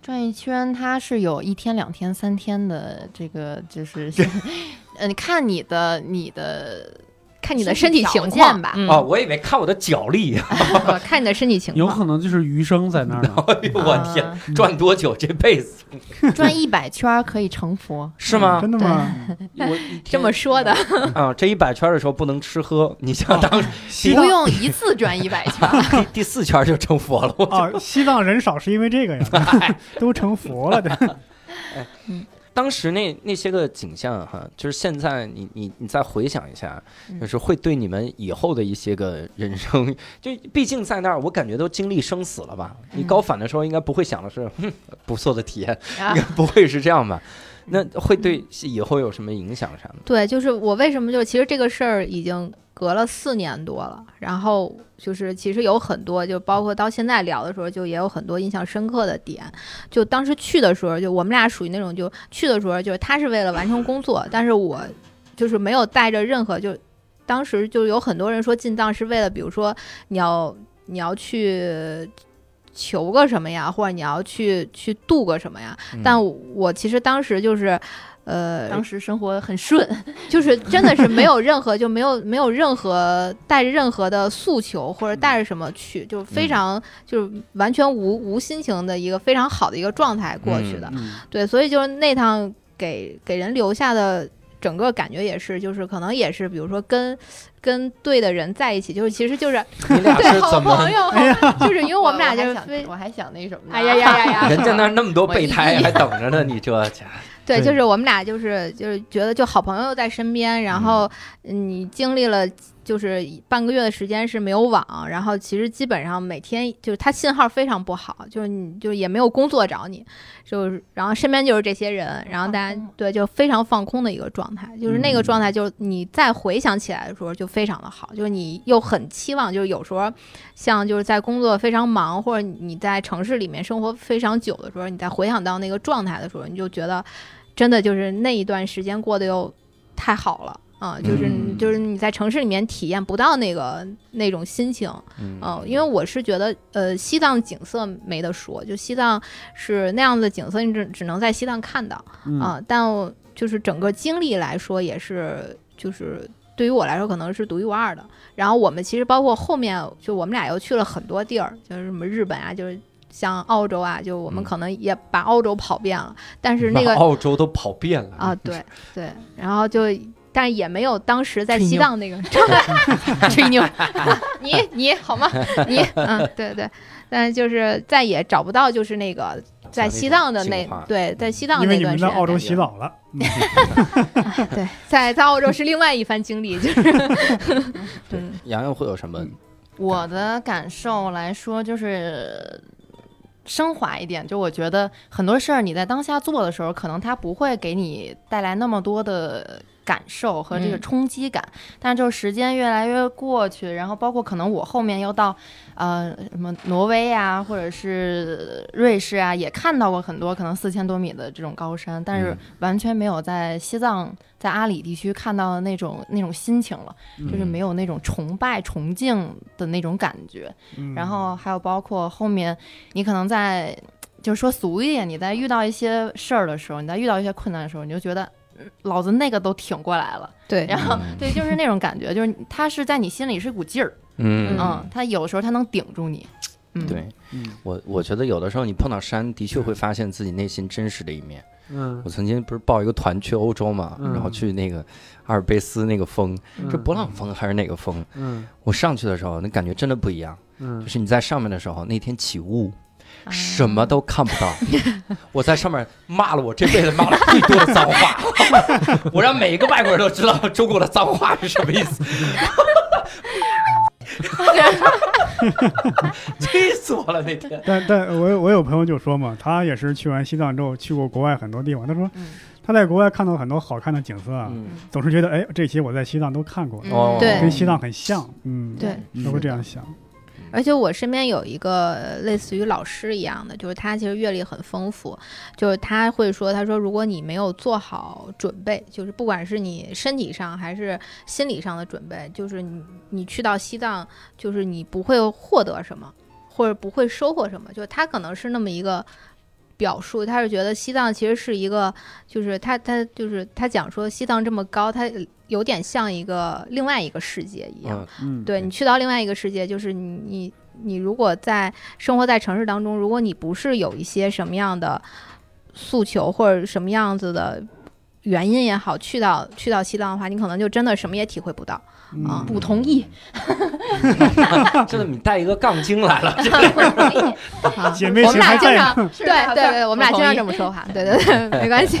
转一圈，它是有一天、两天、三天的这个，就是，呃，你看你的你的，看你的身体情身体条况件吧嗯哦，我以为看我的脚力。 (laughs) (laughs) 我看你的身体情有况。可能就是余生在那儿呢。哎呦啊我天，天，转多久这辈子转一百圈儿可以成 (laughs) 佛，是吗？真的吗？我一天这么说的， (laughs) 啊，这一百圈的时候不能吃喝，你像当时西不藏用一次转一百圈儿，哦第第四圈就成佛了。我啊，西藏人少是因为这个呀，都成佛了的。当时那那些个景象哈，就是现在你你你再回想一下，嗯就是会对你们以后的一些个人生， (laughs) 就毕竟在那儿，我感觉都经历生死了吧。嗯你高反的时候，应该不会想的是， (laughs) 哼，不错的体验，啊应该不会是这样吧？那嗯会对以后有什么影响啥的？ (laughs) 对，就是我为什么就其实这个事儿已经隔了四年多了，然后就是其实有很多，就包括到现在聊的时候，就也有很多印象深刻的点。就当时去的时候，就我们俩属于那种就去的时候，就是他是为了完成工作，但是我就是没有带着任何就。当时就有很多人说进藏是为了，比如说你要你要去求个什么呀，或者你要去去度个什么呀。嗯但我其实当时就是，呃，当时生活很顺，就是真的是没有任何就没有没有任何带着任何的诉求或者带着什么去，就非嗯常就是完全无无心情的一个非常好的一个状态过去的。嗯对，所以就是那趟给给人留下的整个感觉也是，就是可能也是，比如说跟跟对的人在一起，就是其实就是你俩对是好怎么哎朋？友，就是因为我们俩就是我还非想，我还想那什么呢，哎呀 (laughs) 呀呀 (laughs) 呀，人家那儿那么多备我胎一还等着呢，你这 (laughs) 家对，对就是我们俩就是就是觉得就好朋友在身边，然后你经历了就是半个月的时间是没有网，然后其实基本上每天就是他信号非常不好，就是你就是也没有工作找你，就是然后身边就是这些人，然后大放家空嘛对就非常放空的一个状态，就是那个嗯状态就是你再回想起来的时候就非常的好，就是你又很期望就是有时候像就是在工作非常忙或者你在城市里面生活非常久的时候，你再回想到那个状态的时候，你就觉得。真的就是那一段时间过得又太好了啊、就是你、嗯就是你在城市里面体验不到那个那种心情，嗯嗯、因为我是觉得呃，西藏景色没得说，就西藏是那样子的景色，你只只能在西藏看到嗯啊、但我就是整个经历来说，也是就是。对于我来说，可能是独一无二的。然后我们其实包括后面，就我们俩又去了很多地儿，就是什么日本啊，就是像澳洲啊，就我们嗯可能也把澳洲跑遍了。但是那 (laughs) 把个澳洲都跑遍了嗯啊，对对，然后就，但也没有当时在吹西牛藏那个 (laughs) 啊吹牛，你你好吗？你嗯，对对，但就是再也找不到就是那个在西藏的那净化对，在西藏因为那你段们时在间澳洲感洗觉澡 (laughs) 了，嗯对，在在澳洲是另外一番经历，就是 (laughs) 嗯洋洋会有什么？我的感受来说，就是升华一点，就我觉得很多事儿你在当下做的时候，可能它不会给你带来那么多的。感受和这个嗯冲击感，但就是时间越来越过去，然后包括可能我后面又到，呃，什么挪威啊，或者是瑞士啊，也看到过很多可能四千多米的这种高山，但是嗯完全没有在西藏、在阿里地区看到的那种那种心情了。就是嗯没有那种崇拜、崇敬的那种感觉。嗯然后还有包括后面，你可能在，就是说俗一点，你在遇到一些事儿的时候，你在遇到一些困难的时候，你就觉得。嗯老子那个都挺过来了，对然后嗯对，就是那种感觉，就是它是在你心里是股劲儿，嗯嗯，它有时候它能顶住你，嗯，对嗯我我觉得有的时候你碰到山，的确会发现自己内心真实的一面。嗯，我曾经不是报一个团去欧洲嘛，嗯然后去那个阿尔卑斯那个峰，嗯是勃朗峰还是哪个峰？嗯我上去的时候，那感觉真的不一样。嗯就是你在上面的时候，那天起雾，啊什么都看不 (laughs) 到。我在上面骂了我这辈子骂了最多的脏话， (laughs) 我让每一个外国人都知道中国的脏话是什么意 (laughs) 思。 (laughs) 气死我了！那天但但我有我有朋友就说嘛，他也是去完西藏之后去过国外很多地方，他说嗯他在国外看到很多好看的景色啊，嗯总是觉得哎这些我在西藏都看过，嗯哦对跟西藏很像，嗯，对，他会这样想，而且我身边有一个呃类似于老师一样的，就是他其实阅历很丰富，就是他会说，他说如果你没有做好准备，就是不管是你身体上还是心理上的准备，就是你你去到西藏，就是你不会获得什么，或者不会收获什么，就是他可能是那么一个。表述，他是觉得西藏其实是一个，就是他他就是他讲说西藏这么高，它有点像一个另外一个世界一样，嗯嗯，对你去到另外一个世界，就是你你你如果在生活在城市当中，如果你不是有一些什么样的诉求或者什么样子的原因也好，去到去到西藏的话，你可能就真的什么也体会不到。嗯啊不同 (laughs) 意，这你带一个杠精来了，啊姐妹我们情俩还经常在， (laughs) 对啊对对，我们俩经常这么。(laughs) 么说话，对对对，没 (laughs) 关系。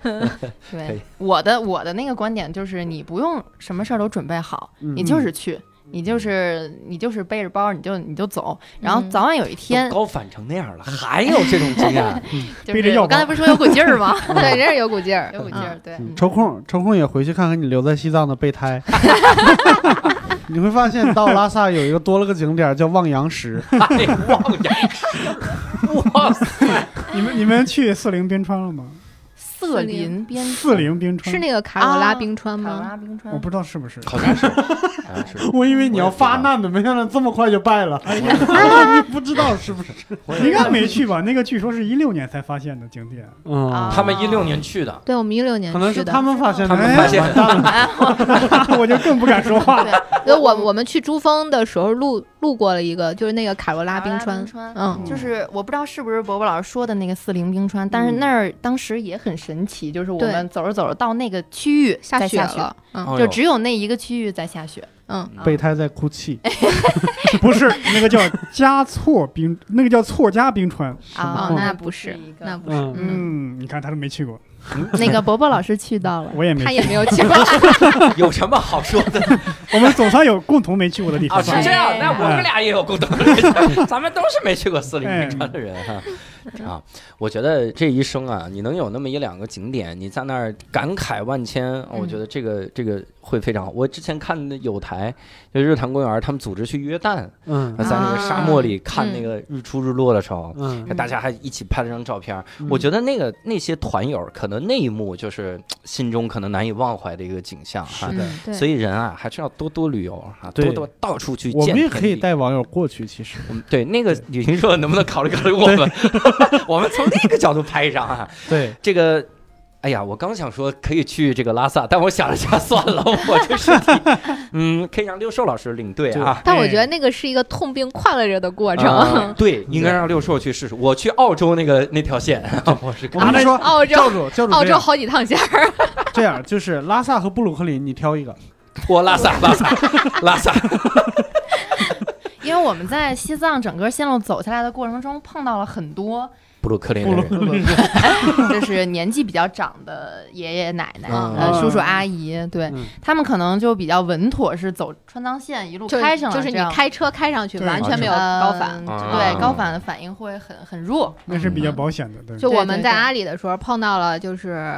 可对以，我的我的那个观点就是，你不用什么事儿都准备好，嗯你就是去，你就是你就是背着包，你就你就走，然后嗯早晚有一天都，高反成那样了，还有这种经验？就背着是药我刚才包不是说有股劲儿吗？ (laughs) 对，真是有股劲儿，有股劲儿，对，嗯抽空抽空也回去看看你留在西藏的备 (laughs) 胎，你会发现到拉萨有一个多了个景点儿叫望洋石，哎，忘呀，哇塞！你们你们去四零冰川了吗？色林边四零冰川是那个卡罗拉啊冰川卡罗吗？拉冰川我，不知道是不是，好像是，好像是。 (laughs) 我以为你要发难呢，没想到这么快就败了，你不知啊道是不是？应该没去吧？那个据说是一六年才发现的景点，嗯 (laughs) 啊他们一六年去的，对，我们一六年可能去是的他。们发现的，他们发现哎完蛋 (laughs) 了，我就更不敢说话了。对，对，我我们去珠峰的时候路路过了一个，就是那个卡罗拉冰川，川嗯，就是我不知道是不是伯伯老师说的那个四零冰川，但是那儿当时也很神奇，就是我对们走着走着到那个区域下在雪雪了，，嗯哦就哟只有那一个区域在下雪。嗯，备胎在哭 (laughs) 泣， (laughs) 不是那个叫加措冰，那个叫错加冰川。啊哦，那那不是一个那不是，嗯，嗯，嗯，你看他都没去过，那个伯伯老师去到了，我也没他去。也 (laughs) 没有去过，哦有什么好说的我们总算有共同没去过的地啊？方是吧。这样，那我嗯们俩也有共同 (laughs) 的，咱们都是没去过四零冰川的人哈。啊，我觉得这一生啊，你能有那么一两个景点，你在那儿感慨万千，我觉得嗯这个这个会非常好。我之前看的有台，就日坛公园，他们组织去约旦，嗯在那个沙漠里看嗯那个日出日落的时候，啊嗯，大家还一起拍了张照片儿。嗯我觉得那个那些团友儿，可能那一幕就是心中可能难以忘怀的一个景象嗯哈。是的对所以人啊，还是要多多旅游啊，对多多到处去见我天们地。也可以带网友过去，其实我们对那个旅行社能不能考虑考虑我们？ (laughs) 我们从那个角度拍一张啊。对，这个，哎呀，我刚想说可以去这个拉萨，但我想了想， (laughs) 算了，我这身体，嗯，可以让六兽老师领队啊。但我觉得那个是一个痛并快乐着的过啊程。对，应该让六兽去试试。我去澳洲那个那条线，我是我 (laughs) 们说澳洲教主教主澳这洲样好几趟线儿，这样就是拉萨和布鲁克林，你挑一个，我拉萨，拉萨，拉萨。 (laughs) 因为我们在西藏整个线路走下来的过程中，碰到了很多布鲁克林的人， (laughs) 就是年纪比较长的爷爷奶奶、嗯呃叔叔阿姨，对嗯他们可能就比较稳妥，是走川藏线一路就开上来就是你这样开车开上去，对完全没有嗯高反。啊嗯对高反的反应会很很弱。那是比较保险的，对。就我们对对在对阿里的时候碰到了，就是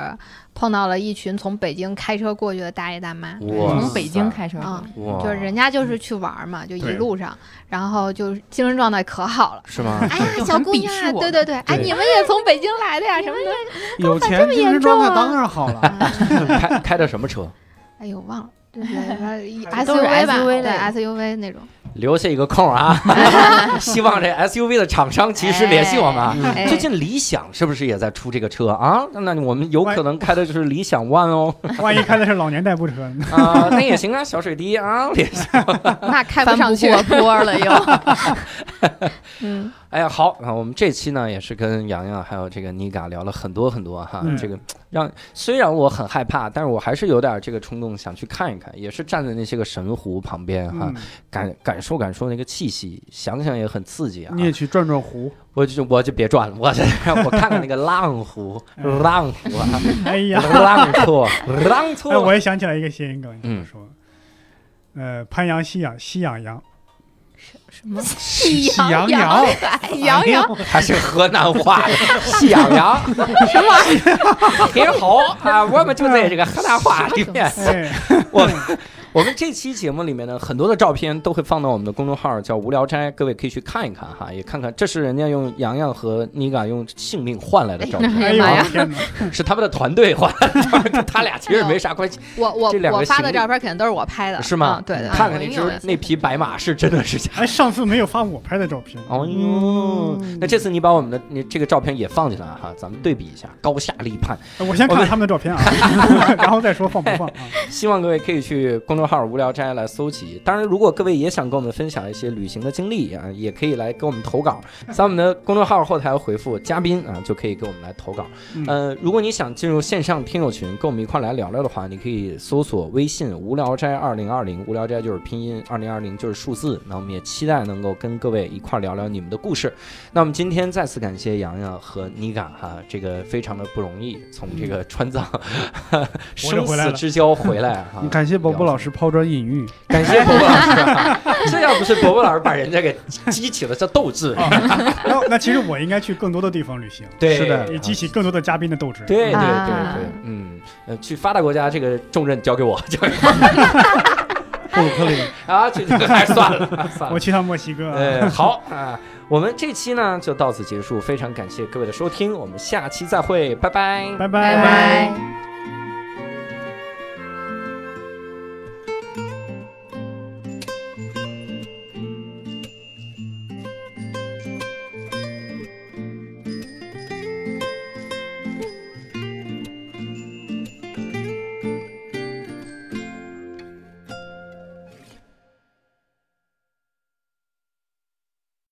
碰到了一群从北京开车过去的大爷大妈，哇塞，从北京开车过嗯来，哇，就是人家就是去玩嘛，就一对路上，然后就是精神状态可好了。是 (laughs) 吗？哎呀，就小很姑鄙娘视啊，我对对对，哎，对你们也从北京来的呀，什么啊的。有钱精神状态当然好了，开开的什么车？哎呦，忘了，对对 (laughs) 都是 SUV 吧， SUV 对类 SUV 那种。留下一个空啊！希望这 SUV 的厂商及时联系我们啊。嗯哎最近理想是不是也在出这个车啊？那我们有可能开的就是理想 ONE 哦，万一开的是老年代步车呢，啊，那也行啊，小水滴啊，联系。那开不翻上不 (laughs) 去。过坡了又。嗯， (laughs) 哎呀，好啊，我们这期呢也是跟洋洋还有这个妮嘎聊了很多很多哈，嗯这个让虽然我很害怕，但是我还是有点这个冲动想去看一看，也是站在那些个神湖旁边 (laughs) 哈，嗯，感感受感受那个气息，想想也很刺激啊。你也去转转湖，我就我就别转了，我这 (laughs) 我看看那个浪湖，嗯浪湖啊， (laughs) 哎呀，浪错，浪哎，我错。也想起来一个谐音梗，你这么嗯说，呃，潘阳西养西养羊，什么？ (laughs) 喜羊 (laughs) 羊 (laughs) 羊，哎哎羊羊，还是河南话 (laughs) 的，喜羊羊，什么？ (laughs) 嗯挺好啊！我们就在这个河南话里面。哎，我我们这期节目里面呢，很多的照片都会放到我们的公众号，叫“无聊斋”，各位可以去看一看哈，也看看这是人家用洋洋和妮嘎用性命换来的照 (laughs) 片，哎呀呦妈我呀的天哪，是他们的团队换来的照片，跟他俩其实没啥关系，我我这两个我发的行李照片肯定都是我拍的，是吗？ (laughs) 嗯对对，看看我那一定只有的那匹白马是真的是假的。哎，上次没有发我拍的照片，哦呦，那这次你把我们的你这个照片也放进来哈，咱们对比一下，高下立判。呃我先看看他们的照片啊，然后再说放不放啊。希望各位可以去公众号“无聊斋”来搜集。当然，如果各位也想跟我们分享一些旅行的经历啊，也可以来给我们投稿，在我们的公众号后台回复“嘉宾”啊，就可以给我们来投稿。嗯呃，如果你想进入线上听友群，跟我们一块儿来聊聊的话，你可以搜索微信“无聊斋二零二零”，无聊斋就是拼音，二零二零就是数字。那我们也期待能够跟各位一块儿聊聊你们的故事。那我们今天再次感谢洋洋和妮嘎哈，这个非常的不容易，从这个川 (laughs) 藏、生回来死了之交回来 (laughs) 哈。感谢伯伯老师抛砖引玉，感谢伯伯老师啊，这要不是伯伯老师把人家给激起了这斗志，然哦后那其实我应该去更多的地方旅行，对，是的也激起更多的嘉宾的斗志。对对对啊对，嗯，呃，去发达国家这个重任交给我，交给我布鲁克林，啊，去这个还算了，啊算我了。去趟墨西哥啊，呃，好啊，我们这期呢就到此结束，非常感谢各位的收听，我们下期再会，拜拜。拜拜拜拜。